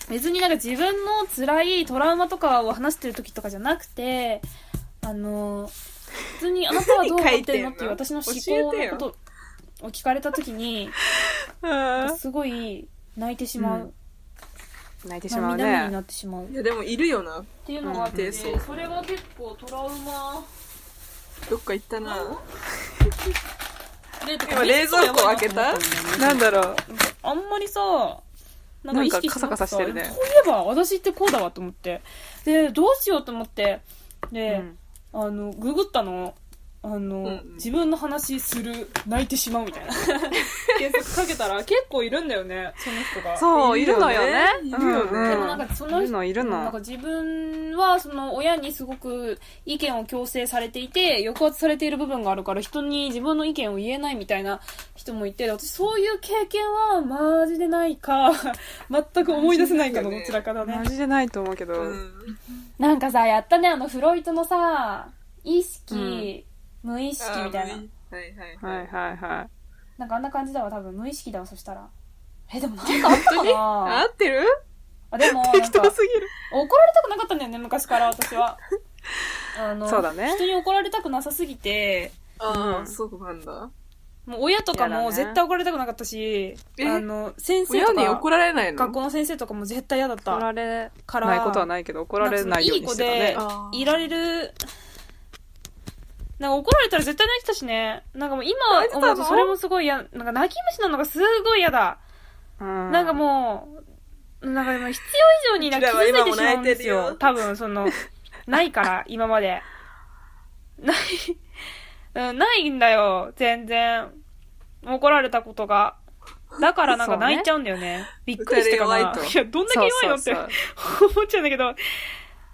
Speaker 6: 別になんか自分の辛いトラウマとかを話してる時とかじゃなくてあの普通にあなたはどう思ってるのって
Speaker 3: 何書
Speaker 6: いう
Speaker 3: い
Speaker 6: 私
Speaker 3: てん
Speaker 6: の
Speaker 3: の
Speaker 6: 思考のことを聞かれた時に
Speaker 4: 泣
Speaker 6: すごい泣いてしまう、
Speaker 4: いてしまう
Speaker 6: 涙目に
Speaker 4: ね。
Speaker 6: なってしまうっ
Speaker 3: いや、でもいるよな。
Speaker 6: ていうのがあって、
Speaker 3: うんそう
Speaker 6: それが結構トラウマ
Speaker 3: どっか行ったな。
Speaker 6: で
Speaker 3: 今冷蔵庫開けた
Speaker 4: なんだろう。
Speaker 6: あんまりさ、なん
Speaker 4: な
Speaker 6: か
Speaker 4: ん
Speaker 6: 意
Speaker 4: か
Speaker 6: 識しなく
Speaker 4: カサカサしてるね
Speaker 6: そういえば、私ってこうだわと思って。で、どうしようと思って、で、あの、ググったの。あの、
Speaker 3: んうん
Speaker 6: 自分の話する、泣いてしまうみたいな。検索かけたら結構いるんだよね、その人が。
Speaker 4: そう、い
Speaker 3: い
Speaker 4: る
Speaker 3: る
Speaker 4: の
Speaker 3: よ
Speaker 4: よね
Speaker 3: ね。
Speaker 4: うん
Speaker 3: いるよね
Speaker 6: でもなんかその
Speaker 4: いるのいるの
Speaker 6: なんか自分はその親にすごく意見を強制されていて抑圧されている部分があるから人に自分の意見を言えないみたいな人もいて私そういう経験はマジでないか 全く思い出せないかの
Speaker 3: マ
Speaker 6: ど
Speaker 3: ジ
Speaker 6: ち
Speaker 3: で
Speaker 6: らかだね
Speaker 4: マジでないと思うけど。
Speaker 3: うん
Speaker 6: なんかさやったねあのフロイトのさ意識、無意識
Speaker 3: あー
Speaker 6: みたいな
Speaker 3: 無理はいはい
Speaker 4: はいはいはい。
Speaker 6: なんかあんな感じだわ多分無意識だわそしたらえでもなんかあったか
Speaker 3: 合
Speaker 6: な
Speaker 3: ってる
Speaker 6: あでもなんか
Speaker 4: 適当すぎる。
Speaker 6: 怒られたくなかったんだよね昔から私 はあの
Speaker 4: そうだね
Speaker 6: 人に怒られたくなさすぎて
Speaker 3: あ
Speaker 4: う
Speaker 3: あ、
Speaker 4: ん
Speaker 3: そうなんだ。
Speaker 6: もう親とか
Speaker 4: やだ
Speaker 6: も
Speaker 4: ね
Speaker 6: 絶対怒られたくなかったし、
Speaker 3: え
Speaker 6: あの先生
Speaker 3: 親
Speaker 6: と
Speaker 3: に怒
Speaker 6: から
Speaker 3: れないの
Speaker 6: 学校の先生とかも絶対嫌だっ
Speaker 4: 怒
Speaker 6: た
Speaker 4: られ
Speaker 6: から
Speaker 4: ないことはないけど、怒られないようにしてた
Speaker 6: なん
Speaker 4: ね
Speaker 6: か。
Speaker 3: あー
Speaker 6: いられるなんか怒られたら絶対泣いてたしねなんかもう今思うとそれもすごい嫌なんか泣き虫なのがすごい嫌だ、
Speaker 4: な
Speaker 6: なんかもうなんかでも必要以上になんか
Speaker 3: う
Speaker 6: 気
Speaker 3: ちらは
Speaker 6: づい
Speaker 3: 今
Speaker 6: て
Speaker 3: も
Speaker 6: しまうん
Speaker 3: 泣いてるよ
Speaker 6: ですよ多分そのないから今までない、うん、ないんだよ全然怒られたことがだからなんか
Speaker 4: そうね
Speaker 6: 泣いちゃうんだよねびっくりしてかな
Speaker 3: 打
Speaker 6: い
Speaker 3: たれ弱いと
Speaker 6: やどんだけ弱いのって
Speaker 4: そうそう
Speaker 6: 思っちゃうんだけどう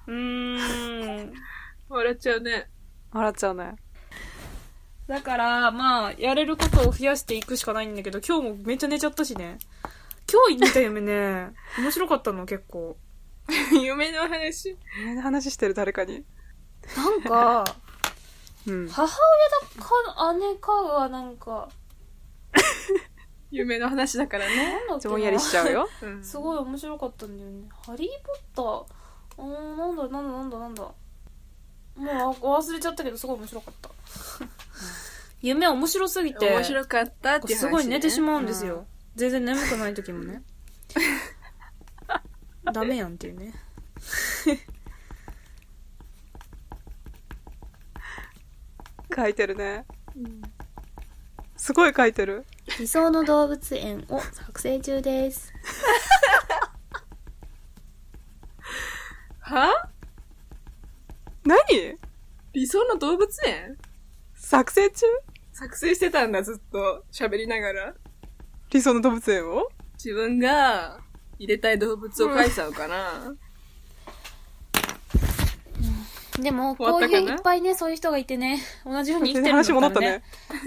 Speaker 6: ーん
Speaker 3: 笑っちゃうね。
Speaker 4: 笑っちゃうね。
Speaker 6: だから、まあ、やれることを増やしていくしかないんだけど、今日もめっちゃ寝ちゃったしね。今日見た夢ね、面白かったの、結構。
Speaker 3: 夢の話。
Speaker 4: 夢の話してる誰かに。
Speaker 6: なんか、
Speaker 4: うん。
Speaker 6: 母親だか、姉かがなんか、
Speaker 3: 夢の話だからね。
Speaker 6: なんだっけ
Speaker 4: ぼんやりしちゃうよ。
Speaker 3: うん
Speaker 6: すごい面白かったんだよね。ハリー・ポッター、うーん、なんだなんだなんだなんだ。もう忘れちゃったけど、すごい面白かった。夢面白すぎて。
Speaker 3: 面白かったっていう話、ね。
Speaker 6: すごい寝てし
Speaker 3: う。
Speaker 6: まうんですよ、全然眠くない時もね ダメやんっていうね
Speaker 4: 書いてるね。すごい書いてる。
Speaker 2: 理想の動物園を作成中です。
Speaker 3: は
Speaker 4: 何
Speaker 3: 理想の動物園
Speaker 4: 作成中
Speaker 3: 作成してたんだ、ずっと。喋りながら。
Speaker 4: 理想の動物園を
Speaker 3: 自分が入れたい動物を描いちゃうかな。
Speaker 6: でも
Speaker 3: 終わっ
Speaker 6: こう
Speaker 3: たか
Speaker 6: い
Speaker 3: な
Speaker 6: ういっぱいねそういう人がいてね同じように生きてるんだ
Speaker 4: 話戻
Speaker 6: か
Speaker 4: った
Speaker 6: らね
Speaker 4: ね。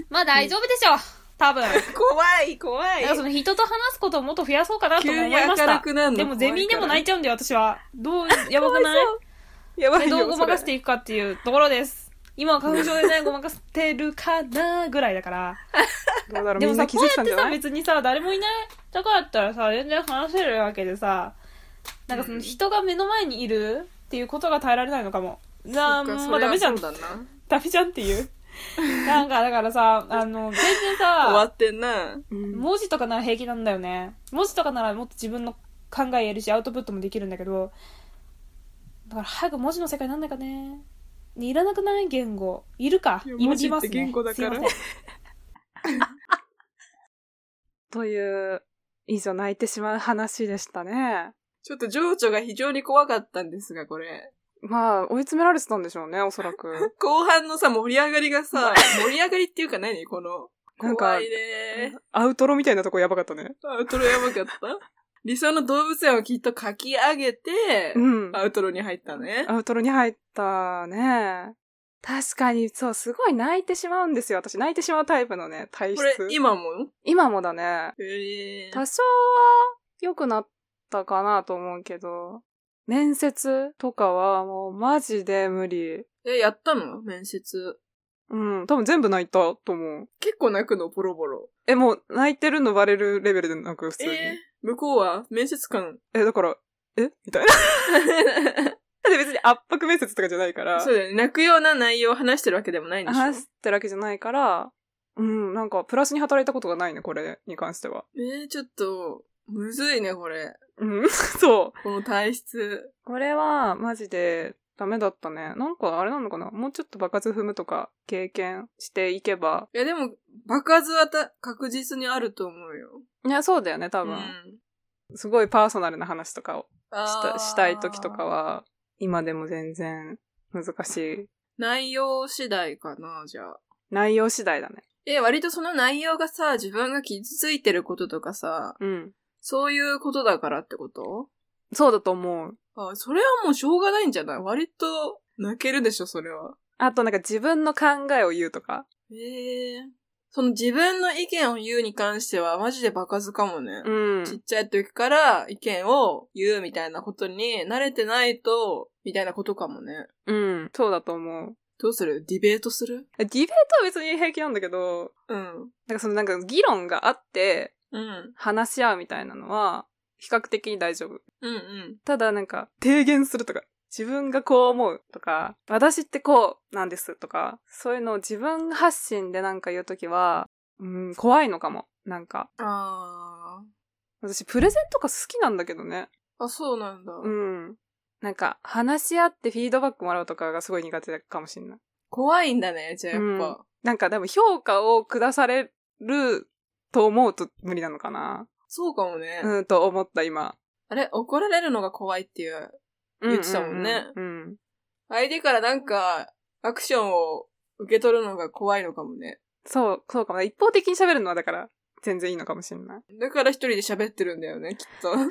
Speaker 6: まあ大丈夫でしょう多分だ
Speaker 3: 怖い、怖い
Speaker 6: か。らその人と話すことをもっと増やそうかなとも思いまし
Speaker 3: 急に明る
Speaker 6: た
Speaker 3: くなるの
Speaker 6: でもゼミでも泣いちゃうんだよ私はどうやば くない
Speaker 4: やばい
Speaker 6: で
Speaker 4: よ。
Speaker 6: どうごまかし
Speaker 4: そ
Speaker 6: て
Speaker 4: れ
Speaker 6: いくかっていうところです今は花粉症でねごまかしてるかなぐらいだから
Speaker 4: どうだろう
Speaker 6: で
Speaker 4: みん
Speaker 6: もさ、
Speaker 4: な気
Speaker 6: こ
Speaker 4: づ
Speaker 6: う
Speaker 4: い
Speaker 6: や
Speaker 4: てた
Speaker 6: っ
Speaker 4: んじ
Speaker 6: て
Speaker 4: ゃ
Speaker 6: さ、
Speaker 4: ない
Speaker 6: 別にさ、誰もいないとかだったらさ、全然話せるわけでさ、なんかその人が目の前にいるっていうことが耐えられないのかも。じゃ
Speaker 3: そっ
Speaker 6: あ、
Speaker 3: か
Speaker 6: も
Speaker 3: そうり
Speaker 6: ダメじゃん、
Speaker 3: そうだな。
Speaker 6: ダメじゃんっていう。なんか、だからさ、あの、全 然
Speaker 3: 終わ
Speaker 6: さ、
Speaker 3: ってんな。
Speaker 4: うん
Speaker 6: 文字とかなら平気なんだよね。文字とかならもっと自分の考えやるし、アウトプットもできるんだけど、だから早く文字の世界になんないかね。ねいらなくない言語。いるか
Speaker 3: いや
Speaker 6: 今
Speaker 3: 文字
Speaker 6: い
Speaker 3: って
Speaker 6: ますね。
Speaker 3: 言語だから
Speaker 6: すいません
Speaker 4: という、以上泣いてしまう話でしたね。
Speaker 3: ちょっと情緒が非常に怖かったんですが、これ。
Speaker 4: まあ、追い詰められてたんでしょうね、おそ らく。
Speaker 3: 後半のさ、盛り上がりがさ、盛り上がりっていうか何この。
Speaker 4: なんか
Speaker 3: 怖いね
Speaker 4: アウトロみたいなとこやばかったね。
Speaker 3: アウトロやばかった理想の動物園をきっと書き上げて、
Speaker 4: うん。
Speaker 3: アウトロに入ったね。
Speaker 4: アウトロに入ったね。確かに、そう、すごい泣いてしまうんですよ。私、泣いてしまうタイプのね、体質
Speaker 3: こ。れ、今も
Speaker 4: 今もだね。
Speaker 3: へえ
Speaker 4: 多少は良くなったかなと思うけど、面接とかはもうマジで無理。
Speaker 3: え、やったの面接。
Speaker 4: うん、多分全部泣いたと思う。
Speaker 3: 結構泣くの、ボロボロ。
Speaker 4: え、もう泣いてるのバレるレベルで泣く、普通に。
Speaker 3: え
Speaker 4: え
Speaker 3: 向こうは面接官。
Speaker 4: だから、え みたいな。だって別に圧迫面接とかじゃないから。
Speaker 3: そうだよね。泣くような内容を話してるわけでもないんでしょ
Speaker 4: 話してるわけじゃないから、うん、なんかプラスに働いたことがないね、これに関しては。
Speaker 3: えー、ちょっと、むずいね、これ。
Speaker 4: うん、 そう。
Speaker 3: この体質。
Speaker 4: これはマジでダメだったね。なんかあれなのかなもうちょっと爆発踏むとか経験していけば。
Speaker 3: いや、でも、爆発はた確実にあると思うよ。
Speaker 4: いや、そうだよね、多
Speaker 3: う
Speaker 4: 分。
Speaker 3: ん。
Speaker 4: すごいパーソナルな話とかをし
Speaker 3: あ
Speaker 4: た
Speaker 3: ー
Speaker 4: したい時とか。は、今でも全然難しい。
Speaker 3: 内容次第かな、じゃあ。
Speaker 4: 内容次第だね。
Speaker 3: え、割とその内容がさ、自分が傷ついてることとかさ、
Speaker 4: うん。
Speaker 3: そういうことだからってこと
Speaker 4: そうだと思う。
Speaker 3: あ、それはもうしょうがないんじゃない割と泣けるでしょ、それは。
Speaker 4: あとなんか自分の考えを言うとか。
Speaker 3: へえ。その自分の意見を言うに関しては、マジでバカずかもね。
Speaker 4: うん。
Speaker 3: ちっちゃい時から意見を言うみたいなことに慣れてないと、みたいなことかもね。
Speaker 4: うん。そうだと思う。
Speaker 3: どうするディベートする
Speaker 4: ディベートは別に平気なんだけど、
Speaker 3: うん。
Speaker 4: なんかそのなんか議論があって
Speaker 3: うん。
Speaker 4: 話し合うみたいなのは比較的に大丈夫。
Speaker 3: うんうん。
Speaker 4: ただなんか提言するとか、自分がこう思うとか、私ってこうなんですとか、そういうのを自分発信でなんか言うときは、うん、怖いのかも。なんか、
Speaker 3: あ
Speaker 4: 私プレゼントが好きなんだけどね。
Speaker 3: ー。あ、そうなんだ。
Speaker 4: うん。なんか、話し合ってフィードバックもらうとかがすごい苦手かもしんない。
Speaker 3: 怖いんだね、じゃあやっぱ。
Speaker 4: なんかでも評価を下されると思うと無理なのかな。
Speaker 3: そうかもね。
Speaker 4: うん、と思った今。
Speaker 3: あれ怒られるのが怖いっていう。言ってたもんね
Speaker 4: うんうんうん。うん
Speaker 3: 相手からなんか、アクションを受け取るのが怖いのかもね。
Speaker 4: そう、そうかも。一方的に喋るのはだから、全然いいのかもしんない。
Speaker 3: だから一人で喋ってるんだよね、きっ と。
Speaker 4: あー、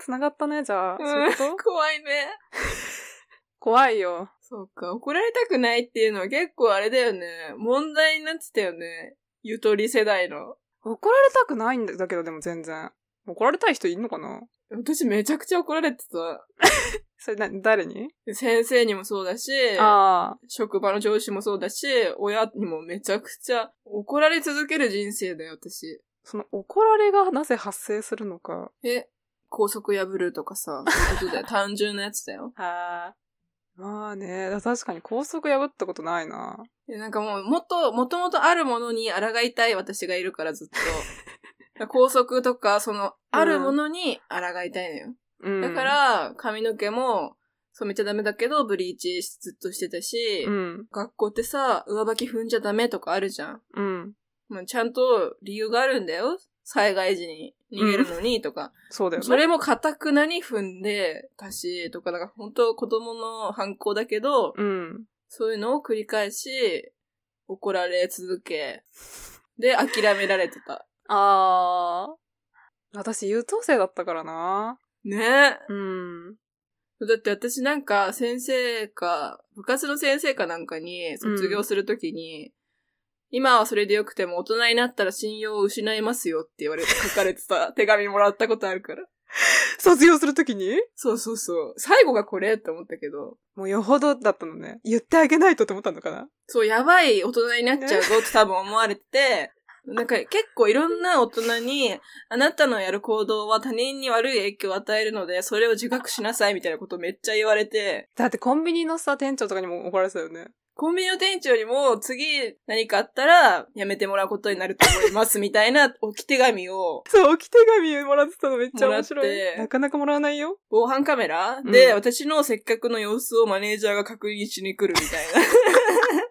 Speaker 4: 繋がったね、じゃ
Speaker 3: う
Speaker 4: あ。
Speaker 3: ん
Speaker 4: そういうこと
Speaker 3: 怖いね。
Speaker 4: 怖いよ。
Speaker 3: そうか、怒られたくないっていうのは結構あれだよね。問題になってたよね。ゆとり世代の。
Speaker 4: 怒られたくないんだけど、でも全然。怒られたい人いんのかな
Speaker 3: 私めちゃくちゃ怒られてた。
Speaker 4: それな、誰に
Speaker 3: 先生にもそうだし、
Speaker 4: ああ。
Speaker 3: 職場の上司もそうだし、親にもめちゃくちゃ怒られ続ける人生だよ、私。
Speaker 4: その怒られがなぜ発生するのか。
Speaker 3: え、校則破るとかさ、そういうこと だよ。単純なやつだよ。
Speaker 4: はあ。まあね、確かに高速破ったことないな。
Speaker 3: いやなんかもう、もっと、もともとあるものに抗いたい私がいるからずっと。だ から校則とか、その、あるものに抗いたいのよ。
Speaker 4: うん。
Speaker 3: だか、ら、髪の毛も染めちゃダメだけど、ブリーチずっとしてたし、
Speaker 4: うん。
Speaker 3: 学校ってさ、上履き踏んじゃダメとかあるじゃん。
Speaker 4: うん。
Speaker 3: まあ、ちゃんと理由があるんだよ。災害時に逃げるのにとか。
Speaker 4: そうだよね。
Speaker 3: それも固くなに踏んでたし、とか、なんか本当子供の反抗だけど、
Speaker 4: うん。
Speaker 3: そういうのを繰り返し、怒られ続け、で、諦められてた。
Speaker 4: ああ。私、優等生だったからな。
Speaker 3: ねえ。
Speaker 4: うん。
Speaker 3: だって私なんか先生か、部活の先生かなんかに卒業するときに、今はそれでよくても大人になったら信用を失いますよって言われて書かれてた手紙もらったことあるから。
Speaker 4: 卒業するときに
Speaker 3: そうそうそう。最後がこれって思ったけど、
Speaker 4: もうよほどだったのね。言ってあげないとって思ったのかな
Speaker 3: そう、やばい大人になっちゃうぞって多分思われてて、なんか結構いろんな大人に、あなたのやる行動は他人に悪い影響を与えるので、それを自覚しなさいみたいなことめっちゃ言われて、
Speaker 4: だってコンビニのさ、店長とかにも怒られてたよね。
Speaker 3: コンビニの店長にも次何かあったらやめてもらうことになると思いますみたいな置き手紙を
Speaker 4: そう、置き手紙もらってたのめっちゃ面白
Speaker 3: もらっ
Speaker 4: い。
Speaker 3: て
Speaker 4: なかなかもらわないよ。
Speaker 3: 防犯カメラで、
Speaker 4: うん
Speaker 3: 私の接客の様子をマネージャーが確認しに来るみたい な。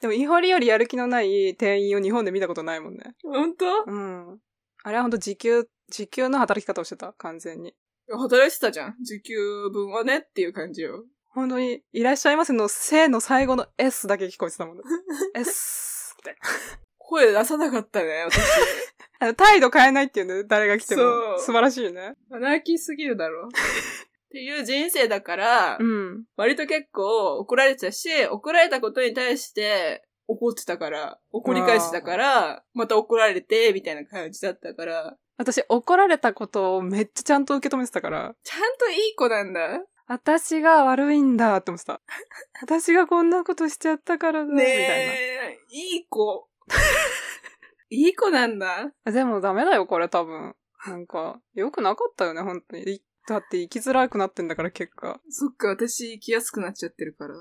Speaker 4: でも、イホリよりやる気のない店員を日本で見たことないもんね。
Speaker 3: 本
Speaker 4: うん。あれはほんと時給、時給の働き方をしてた、完全に。
Speaker 3: 当働いてたじゃん。時給分はねっていう感じよ。
Speaker 4: 本当に、いらっしゃいませの、せの最後の S だけ聞こえてた もんね。S って。
Speaker 3: 声出さなかったね、私。
Speaker 4: あの、態度変えないっていうね、誰が来ても
Speaker 3: そ。う
Speaker 4: 素晴らしいね。
Speaker 3: アナーキーすぎるだろ。っていう人生だから、
Speaker 4: うん。
Speaker 3: 割と結構怒られてたし、怒られたことに対して怒ってたから、怒り返してたから、また怒られて、みたいな感じだったから、
Speaker 4: 私、怒られたことをめっちゃちゃんと受け止めてたから、
Speaker 3: ちゃんといい子なんだ。
Speaker 4: 私が悪いんだって思ってた。私がこんなことしちゃったからだ、み
Speaker 3: ね
Speaker 4: たい
Speaker 3: え、いい 子。いい子なんだ。
Speaker 4: な。でもダメだよ、これ多分。なんか、良くなかったよね、本当に。いだって生きづらくなってんだから、結果。
Speaker 3: そっか、私生きやすくなっちゃってるから。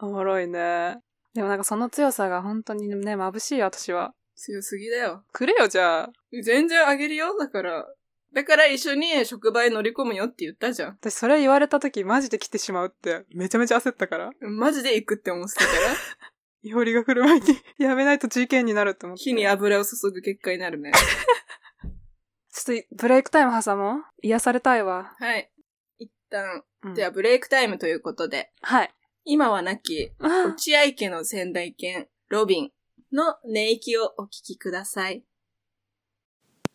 Speaker 4: おもろいね。でもなんかその強さが本当にね、眩しいよ、私は。
Speaker 3: 強すぎだよ。
Speaker 4: くれよ、じゃあ。
Speaker 3: 全然あげるよ、だから。だから一緒に職場へ乗り込むよって言ったじゃん。
Speaker 4: 私、それ言われた時、マジで来てしまうって、めちゃめちゃ焦ったから。
Speaker 3: マジで行くって思ってたから。
Speaker 4: いほりが来る前に、やめないと事件になるって思って。
Speaker 3: 火に油を注ぐ結果になるね。
Speaker 4: ちょっと、ブレイクタイム挟もう。癒されたいわ。
Speaker 3: はい。一旦、
Speaker 4: うん
Speaker 3: ではブレイクタイムということで、
Speaker 4: はい。
Speaker 3: 今は亡き、
Speaker 4: あ
Speaker 3: 落合家の仙台犬、ロビンの寝息をお聞きください。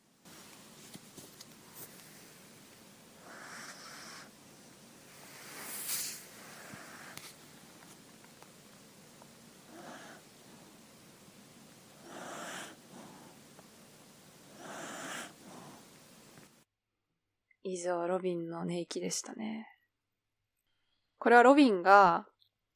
Speaker 4: 以上、ロビンの寝息でしたね。これはロビンが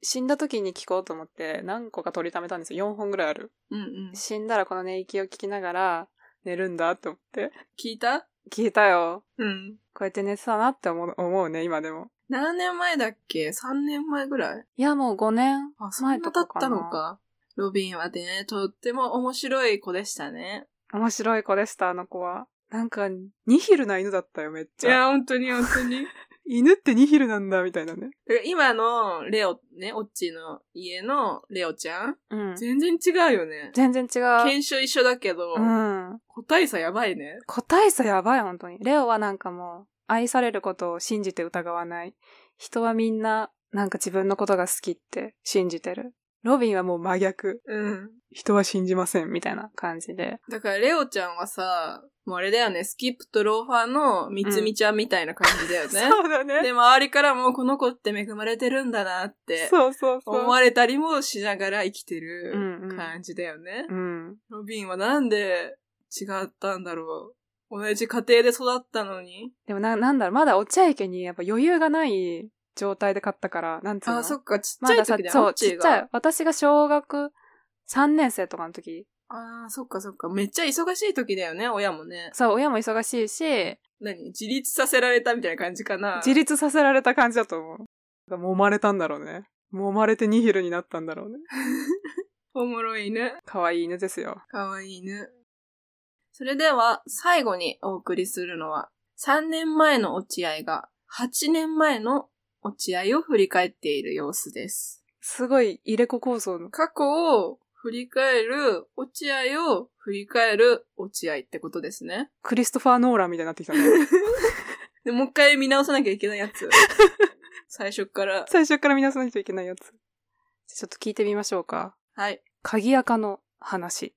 Speaker 4: 死んだ時に聞こうと思って何個か取りためたんですよ。4本ぐらいある。
Speaker 3: うんうん。
Speaker 4: 死んだらこの寝息を聞きながら寝るんだって思って。
Speaker 3: 聞いた
Speaker 4: 聞いたよ。
Speaker 3: うん。
Speaker 4: こうやって寝てたなって思う思うね、今でも。
Speaker 3: 何年前だっけ ?3 年前ぐらい
Speaker 4: いや、もう5年
Speaker 3: あ、そ
Speaker 4: 前
Speaker 3: んな経
Speaker 4: と
Speaker 3: っ
Speaker 4: かかな。
Speaker 3: たのか。ロビンはね、とっても面白い子でしたね。
Speaker 4: 面白い子でした、あの子は。なんか、ニヒルな犬だったよ、めっちゃ。、
Speaker 3: 本当に本当 に。
Speaker 4: 犬ってニヒルなんだ、みたいなね。
Speaker 3: 今のレオ、ね、オッチーの家のレオちゃん、
Speaker 4: うん。
Speaker 3: 全然違うよね。
Speaker 4: 全然違う。
Speaker 3: 犬種一緒だけど、
Speaker 4: うん。
Speaker 3: 個体差やばいね。
Speaker 4: 個体差やばい、本当に。レオはなんかもう、愛されることを信じて疑わない。人はみんな、なんか自分のことが好きって信じてる。ロビンはもう真逆。
Speaker 3: うん。
Speaker 4: 人は信じません、みたいな感じで。
Speaker 3: だからレオちゃんはさ、もうあれだよね、スキップとローファーのみつみちゃんみたいな感じだよね。
Speaker 4: そうだね。
Speaker 3: で、周りからもこの子って恵まれてるんだなって
Speaker 4: そうそうそう。
Speaker 3: 思われたりもしながら生きて
Speaker 4: う
Speaker 3: る
Speaker 4: んうん
Speaker 3: 感じだよね。
Speaker 4: うん。
Speaker 3: ロビンはなんで違ったんだろう。同じ家庭で育ったのに。
Speaker 4: でもな、なんだろう、まだお茶池にやっぱ余裕がない状態で買ったから、なんつうの
Speaker 3: あ、そっか、ちっち
Speaker 4: ま
Speaker 3: ゃい
Speaker 4: ださ
Speaker 3: 時だ、よ、
Speaker 4: そ
Speaker 3: オ
Speaker 4: う、
Speaker 3: ッ
Speaker 4: ち
Speaker 3: チ
Speaker 4: っ
Speaker 3: ー
Speaker 4: ちゃい
Speaker 3: が。。
Speaker 4: 私が小学3年生とかの時。
Speaker 3: ああ、そっかそっか。めっちゃ忙しい時だよね、親もね。
Speaker 4: そう、親も忙しいし、
Speaker 3: 何自立させられたみたいな感じかな。
Speaker 4: 自立させられた感じだと思う。揉まれたんだろうね。揉まれてニヒルになったんだろうね。
Speaker 3: おもろいね。
Speaker 4: 可愛い犬ですよ。
Speaker 3: かわいいね。それでは、最後にお送りするのは、3年前の落合が、8年前の落合を振り返っている様子です。
Speaker 4: すごい入れ子構想の。
Speaker 3: 過去を振り返る、落合を振り返る落合ってことですね。
Speaker 4: クリストファー・ノーランみたいにな ってきたね。
Speaker 3: で、もう一回見直さなきゃいけないやつ。最初から。
Speaker 4: 最初から見なさないといけないやつ。ちょっと聞いてみましょうか。
Speaker 3: はい。
Speaker 4: 鍵垢の話。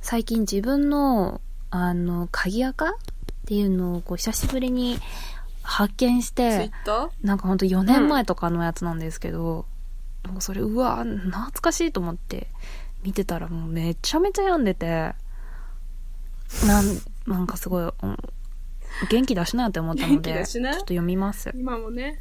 Speaker 7: 最近自分の、あの、鍵垢っていうのを、こう、久しぶりに発見し
Speaker 3: ツイッ
Speaker 7: て、
Speaker 3: ター
Speaker 7: なんかほんと4年前とかのやつなんですけど、なんかそれ、うわ、懐かしいと思って見てたらもうめちゃめちゃ読んでて、なん、なんかすごい、うん元気出しなよって思ったの
Speaker 3: 元気
Speaker 7: で、
Speaker 3: 出
Speaker 7: ち
Speaker 3: し
Speaker 7: ょ
Speaker 3: な
Speaker 7: っと読みます。
Speaker 3: 今もね。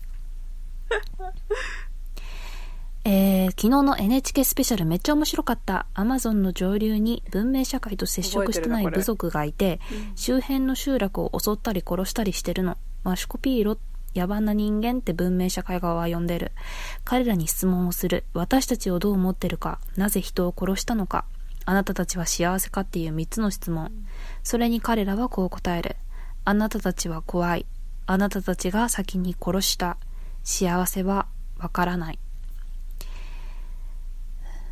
Speaker 7: えー、昨日の NHK スペシャルめっちゃ面白かった。アマゾンの上流に文明社会と接触してな
Speaker 4: 覚えてるな
Speaker 7: い
Speaker 4: これ
Speaker 7: 部族がいて、周辺の集落を襲ったり殺したりしてるの。マシュコピーロ、野蛮な人間って文明社会側は呼んでる。彼らに質問をする。私たちをどう思ってるか。なぜ人を殺したのか。あなたたちは幸せかっていう3つの質問。それに彼らはこう答える。あなたたちは怖い。あなたたちが先に殺した。幸せはわからない。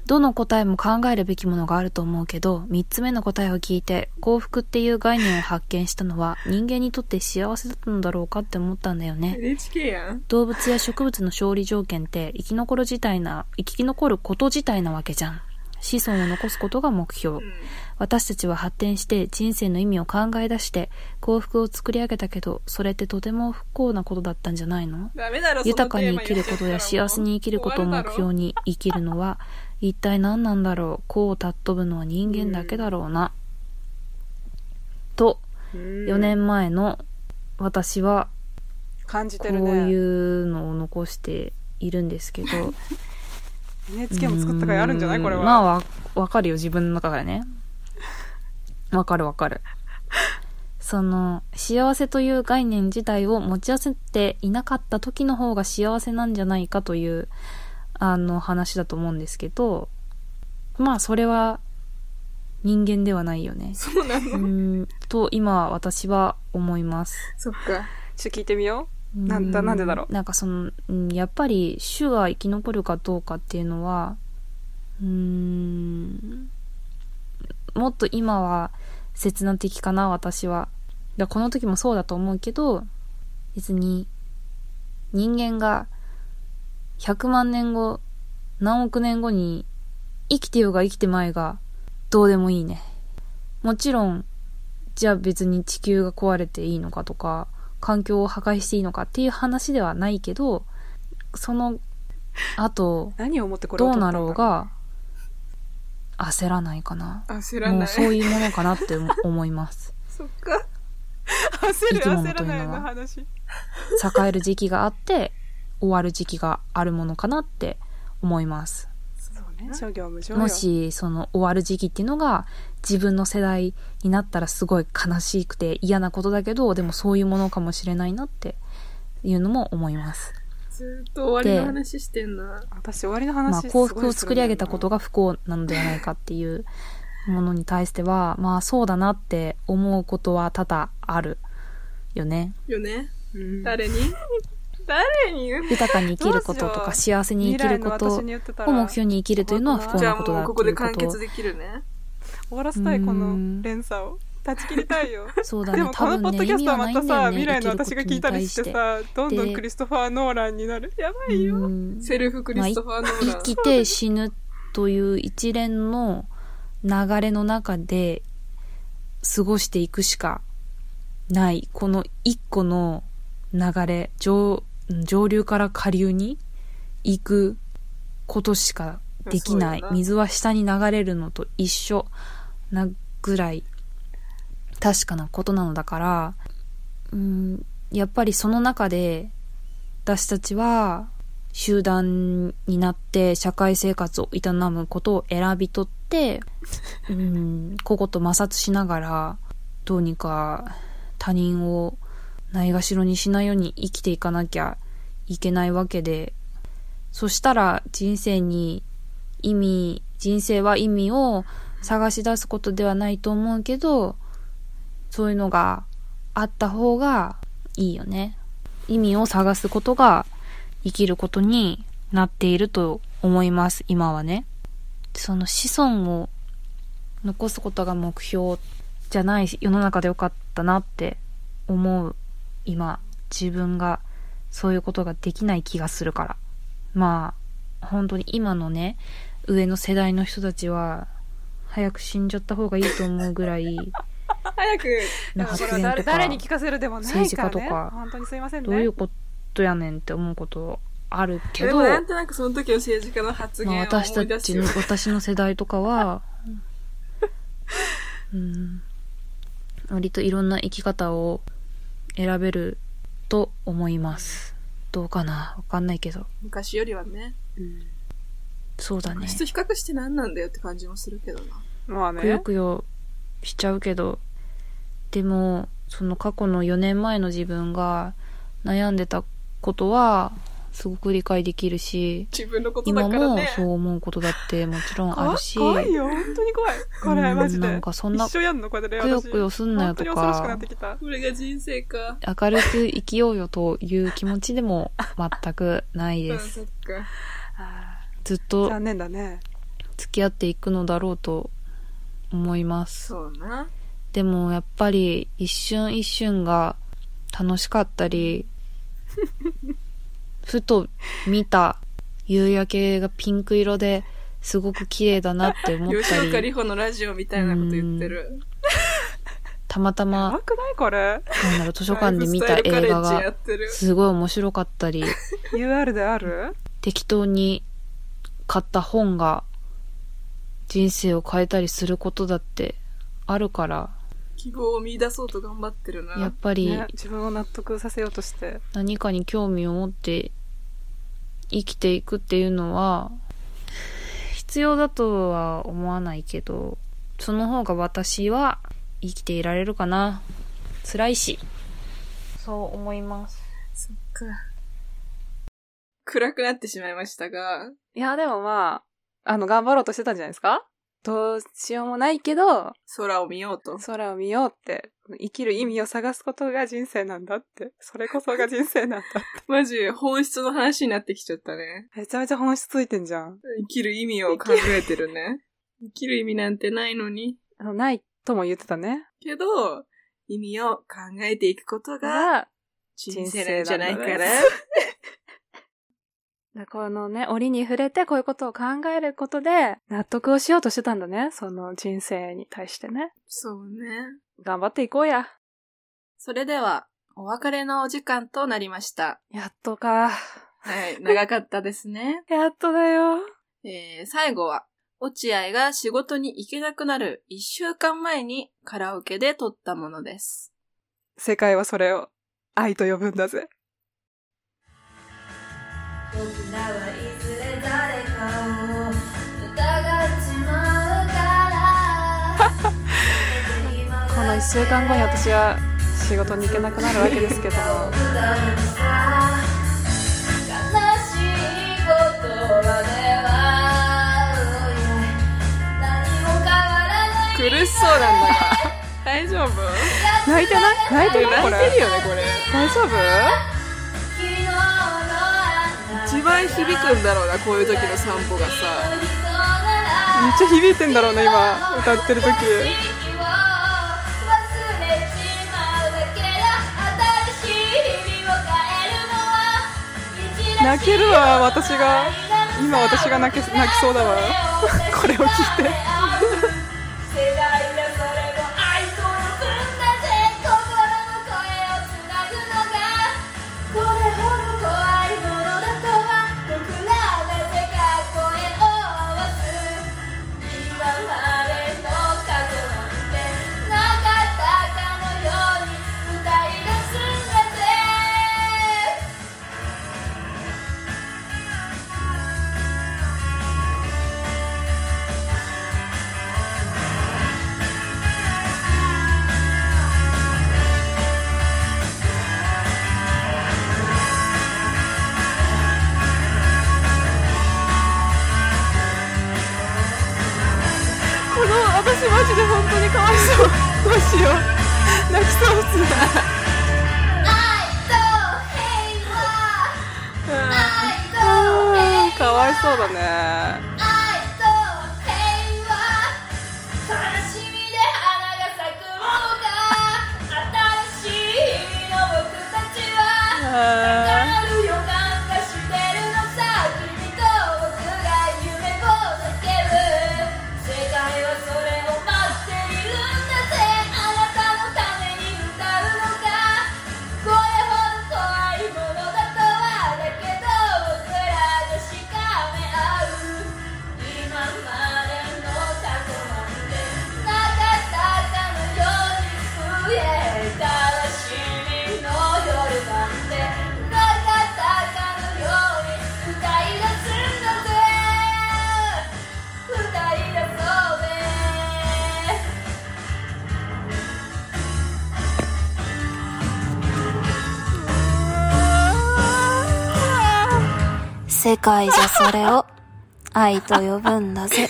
Speaker 7: どの答えも考えるべきものがあると思うけど、三つ目の答えを聞いて、幸福っていう概念を発見したのは、人間にとって幸せだったのだろうかって思ったんだよね。
Speaker 3: NHK やん。
Speaker 7: 動物や植物の勝利条件って、生き残る自体な、生き残ること自体なわけじゃん。子孫を残すことが目標。私たちは発展して人生の意味を考え出して幸福を作り上げたけど、それってとても不幸なことだったんじゃないの
Speaker 3: ダメだろ、
Speaker 7: 豊かに生きることや幸せに生きることを目標
Speaker 3: に。
Speaker 7: に生きるのは一体何なんだろうこう尊ぶのは人間だけだろうな、と4
Speaker 4: 4
Speaker 7: 年前の私は
Speaker 4: 感じ
Speaker 7: こ
Speaker 4: て
Speaker 7: う
Speaker 4: るね。
Speaker 7: いうのを残しているんですけど
Speaker 4: NHK も作った回あるんじゃないこれは。
Speaker 7: まあわわかるよ自分の中か らねわかるわかるその幸せという概念自体を持ち合わせていなかった時の方が幸せなんじゃないかというあの話だと思うんですけどまあそれは人間ではないよねそうなのんと今私は思います
Speaker 3: そっか。
Speaker 4: ちょっと聞いてみよう。なんだ、
Speaker 7: うん
Speaker 4: なんでだろう。
Speaker 7: なんかその、うんやっぱり種が生き残るかどうかっていうのは、うーん、もっと今は切な的かな、私は。だからこの時もそうだと思うけど、別に人間が100万年後、何億年後に、生きてようが生きてまいが、どうでもいいね。もちろん、じゃあ別に地球が壊れていいのかとか、環境を破壊していいのかっていう話ではないけど、その 後、
Speaker 4: 何を思ってこれを
Speaker 7: ど
Speaker 4: 撮っ
Speaker 7: う
Speaker 4: たんだ
Speaker 7: なろうが、焦らないかな。
Speaker 3: 焦ら
Speaker 7: も
Speaker 3: な
Speaker 7: う
Speaker 3: い。
Speaker 7: そういうものかなって思思います。
Speaker 3: そっか。
Speaker 4: 焦る
Speaker 7: いつもの
Speaker 4: 焦らない
Speaker 7: という
Speaker 4: の
Speaker 7: のは
Speaker 4: 話
Speaker 7: 栄える時期があって、終わる時期があるものかなって思います。
Speaker 4: そうね商業無償よ
Speaker 7: もしその終わる時期っていうのが自分の世代になったらすごい悲しくて嫌なことだけどでもそういうものかもしれないなっていうのも思います、
Speaker 3: ずーっと終わりの話してんな。
Speaker 4: 私終わりの
Speaker 7: まあ、
Speaker 4: 話
Speaker 7: 幸福を作り上げたこと
Speaker 4: が
Speaker 7: が不幸なのではないかっていうものに対してはまあそうだなって思うことは多々あるよね
Speaker 3: よね。
Speaker 4: 誰
Speaker 3: 誰に 誰に言う
Speaker 7: 豊かに生きることとか幸せに生きることを目標に生きるというのは不幸
Speaker 3: じゃ
Speaker 7: な
Speaker 3: あ
Speaker 7: ことだ
Speaker 3: もう
Speaker 7: っ
Speaker 3: ここ
Speaker 7: て
Speaker 3: で
Speaker 7: いうこ
Speaker 3: 完結
Speaker 7: と
Speaker 3: できるね。
Speaker 4: 終わらせたいこ
Speaker 7: う
Speaker 4: の
Speaker 7: ん
Speaker 4: 連鎖を断ち切りたいよ
Speaker 7: そうだ
Speaker 4: で
Speaker 7: ね
Speaker 4: も
Speaker 7: 多
Speaker 4: このポ
Speaker 7: 分
Speaker 4: ッ
Speaker 7: ね
Speaker 4: ドキ
Speaker 7: 意
Speaker 4: ャス
Speaker 7: 味
Speaker 4: ト
Speaker 7: は
Speaker 4: は
Speaker 7: な
Speaker 4: ま
Speaker 7: い
Speaker 4: た
Speaker 7: んだよ
Speaker 4: さ
Speaker 7: ね
Speaker 4: 未来の
Speaker 7: 生き
Speaker 4: 私
Speaker 7: る
Speaker 4: が
Speaker 7: こ
Speaker 4: 聞
Speaker 7: と
Speaker 4: い
Speaker 7: に
Speaker 4: たり
Speaker 7: 対
Speaker 4: して
Speaker 7: て
Speaker 4: さどんどん
Speaker 7: で
Speaker 4: クリストファー・ノーランになるやばいよ
Speaker 7: うん
Speaker 3: セルフクリストファー・ノーラ
Speaker 7: 生
Speaker 3: ン。
Speaker 7: きて死ぬという一連の流れの中で過ごしていくしかないこの一個の流れ上上流から下流に行くことしかできない
Speaker 3: そうよな
Speaker 7: 水は下に流れるのと一緒なぐらい確かなことなのだからうんやっぱりその中で私たちは集団になって社会生活を営むことを選び取って、うん、個々と摩擦しながら、どうにか他人をないがしろにしないように生きていかなきゃいけないわけで、そしたら人生に意味、人生は意味を探し出すことではないと思うけど、そういうのがあった方がいいよね。意味を探すことが生きることになっていると思います、今はね。その子孫を残すことが目標じゃない世の中でよかったなって思う、今、自分がそういうことができない気がするから。まあ、本当に今のね、上の世代の人たちは、早く死んじゃった方がいいと思うぐらい、
Speaker 4: 早く
Speaker 7: の
Speaker 4: こ
Speaker 7: 発
Speaker 4: れ
Speaker 7: 言
Speaker 4: は
Speaker 7: と
Speaker 4: 誰
Speaker 7: か
Speaker 4: 誰に聞かせるでもないからね
Speaker 7: 政治家とか
Speaker 4: 本当にすいませんね
Speaker 7: どういうことやねんって思うことあるけ
Speaker 3: で
Speaker 7: ど、
Speaker 3: もなんとなくその時の政治家の発
Speaker 7: ま
Speaker 3: 言を
Speaker 7: あ私
Speaker 3: 思い
Speaker 7: た
Speaker 3: 出す
Speaker 7: ち
Speaker 3: よ
Speaker 7: の、。私の世代と かは、うん、割といろんな生き方を選べると思います。どうかなわかんないけど。
Speaker 3: 昔よりはね。
Speaker 7: そうだね。
Speaker 3: 人比較して何なんだよって感じもするけどな。
Speaker 4: まあ
Speaker 7: くよ
Speaker 4: ね
Speaker 7: くよしちゃうけど、でも、その過去の4年前の自分が悩んでたことは、すごく理解できるし、
Speaker 3: 自分のことだ
Speaker 7: 今
Speaker 3: から
Speaker 7: も
Speaker 3: ね。
Speaker 7: そう思うことだってもちろんあ
Speaker 4: 怖
Speaker 7: る
Speaker 4: い
Speaker 7: し、
Speaker 4: 怖いよ本当に怖いこれ
Speaker 7: うん
Speaker 4: マジで
Speaker 7: なんかそんな
Speaker 4: 一緒やんのこれで
Speaker 7: くよくよすんなよとか
Speaker 4: 本当に恐ろしくなってきた
Speaker 3: これが人生か。
Speaker 7: 明るく生きようよという気持ちでも全くない
Speaker 3: うん、
Speaker 7: で
Speaker 3: そ
Speaker 7: す
Speaker 3: っ。か。
Speaker 4: あ
Speaker 7: ずっ
Speaker 4: ー
Speaker 7: と
Speaker 4: 残念だね
Speaker 7: 付き合っていくのだろうと思います。
Speaker 3: そうな。
Speaker 7: でもやっぱり一瞬一瞬が楽しかったり、 ふと見た夕焼けがピンク色ですごく綺麗だなっ て思っ
Speaker 3: 吉
Speaker 7: た
Speaker 3: 岡
Speaker 7: り、
Speaker 3: 里帆のラジオみたいなこと言ってる。
Speaker 7: たまた
Speaker 4: やば
Speaker 7: ま、
Speaker 4: くないこれ
Speaker 7: なんだろう、図書館で見た
Speaker 3: ライフスタイル
Speaker 7: 映画
Speaker 3: カレッジや
Speaker 7: が
Speaker 3: ってる。
Speaker 7: すごい面白かったり、
Speaker 4: UR である
Speaker 7: 適当に買った本が人生を変えたりすることだってあるから、
Speaker 3: 希望を見出そうと頑張ってる
Speaker 7: やっ
Speaker 3: な。
Speaker 7: ぱり
Speaker 4: ね、自分を納得させようとして
Speaker 7: 何かに興味を持って生きていくっていうのは必要だとは思わないけど、その方が私は生きていられるかな。辛いし。そう思います。
Speaker 3: そっか。暗くなってしまいましたが、
Speaker 4: いやでもまああの頑張ろうとしてたんじゃないですかどうしようもないけど
Speaker 3: 空を見ようと。
Speaker 4: 空を見ようって生きる意味を探すことが人生なんだってそれこそが人生なん だ
Speaker 3: マジ、本質の話になってきちゃったね。
Speaker 4: めちゃめちゃ本質ついてんじゃん
Speaker 3: 生きる意味を考えてるね。生きる意味なんてないのに。
Speaker 4: あのないとも言ってたね
Speaker 3: けど、意味を考えていくことが
Speaker 4: が
Speaker 3: 人生なんじゃないかな。
Speaker 4: 人生なんだねでこのね、折に触れてこういうことを考えることで、納得をしようとしてたんだね。その人生に対してね。
Speaker 3: そうね。
Speaker 4: 頑張っていこうや。
Speaker 3: それでは、お別れのお時間となりました。
Speaker 4: やっとか。
Speaker 3: はい、長かったですね。
Speaker 4: やっとだよ。
Speaker 3: えー最後は、落合が仕事に行けなくなる1週間前にカラオケで撮ったものです。
Speaker 4: 世界はそれを愛と呼ぶんだぜ。
Speaker 8: 僕らはいずれ誰かを疑っちまうから
Speaker 4: この1週間後に私は仕事に行けなくなるわけですけども。
Speaker 8: 歌うのさ悲しいことはね何も変わらない
Speaker 3: 苦しそうなんだが。大丈夫
Speaker 4: 泣いてない泣いてないこれ。
Speaker 3: 泣いてるよね、これ。
Speaker 4: 大丈夫
Speaker 8: 昨日のあなた
Speaker 3: 一番響くんだろうな、こういう時の散歩がさ。
Speaker 8: の人なら
Speaker 4: めっちゃ響いてんだろうね、今。歌ってる時。
Speaker 8: 時を忘れちまうだけだ新しい日々を変えるのは一だ
Speaker 4: 泣けるわ、私が。今私が泣け泣きそうだわ。 これを聞いて。
Speaker 8: 世代だそれも愛と呼ぶんだぜ心の声をつなぐのがこれほど怖いものだとは僕らなぜか声を合わす今までの過去なんてなかったかのように歌い出すんだぜ
Speaker 4: この私マジで本当にかわいそうどうしよう泣きそうっすね
Speaker 8: 愛と平和愛と平和
Speaker 4: あ ーかわいそうだね
Speaker 8: 愛と平和悲しみで花が咲くものが新しい日々の僕たちは
Speaker 4: あ
Speaker 8: ある予感がしてるのさ君と僕が夢を叫ぶ世界はそれを待っているんだぜあなたのために歌うのかこれほど怖いものだとはだけど僕らでしかめ合う今までの過去なんてなかったかのように増えたらしみの夜なんてなかったかのように歌い出すんだぜ歌い出そうぜ
Speaker 1: 世界じゃそれを愛と呼ぶんだぜ。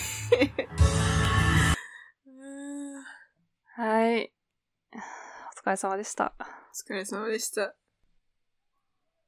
Speaker 4: ーはいお疲れ様でした
Speaker 3: お疲れ様でした。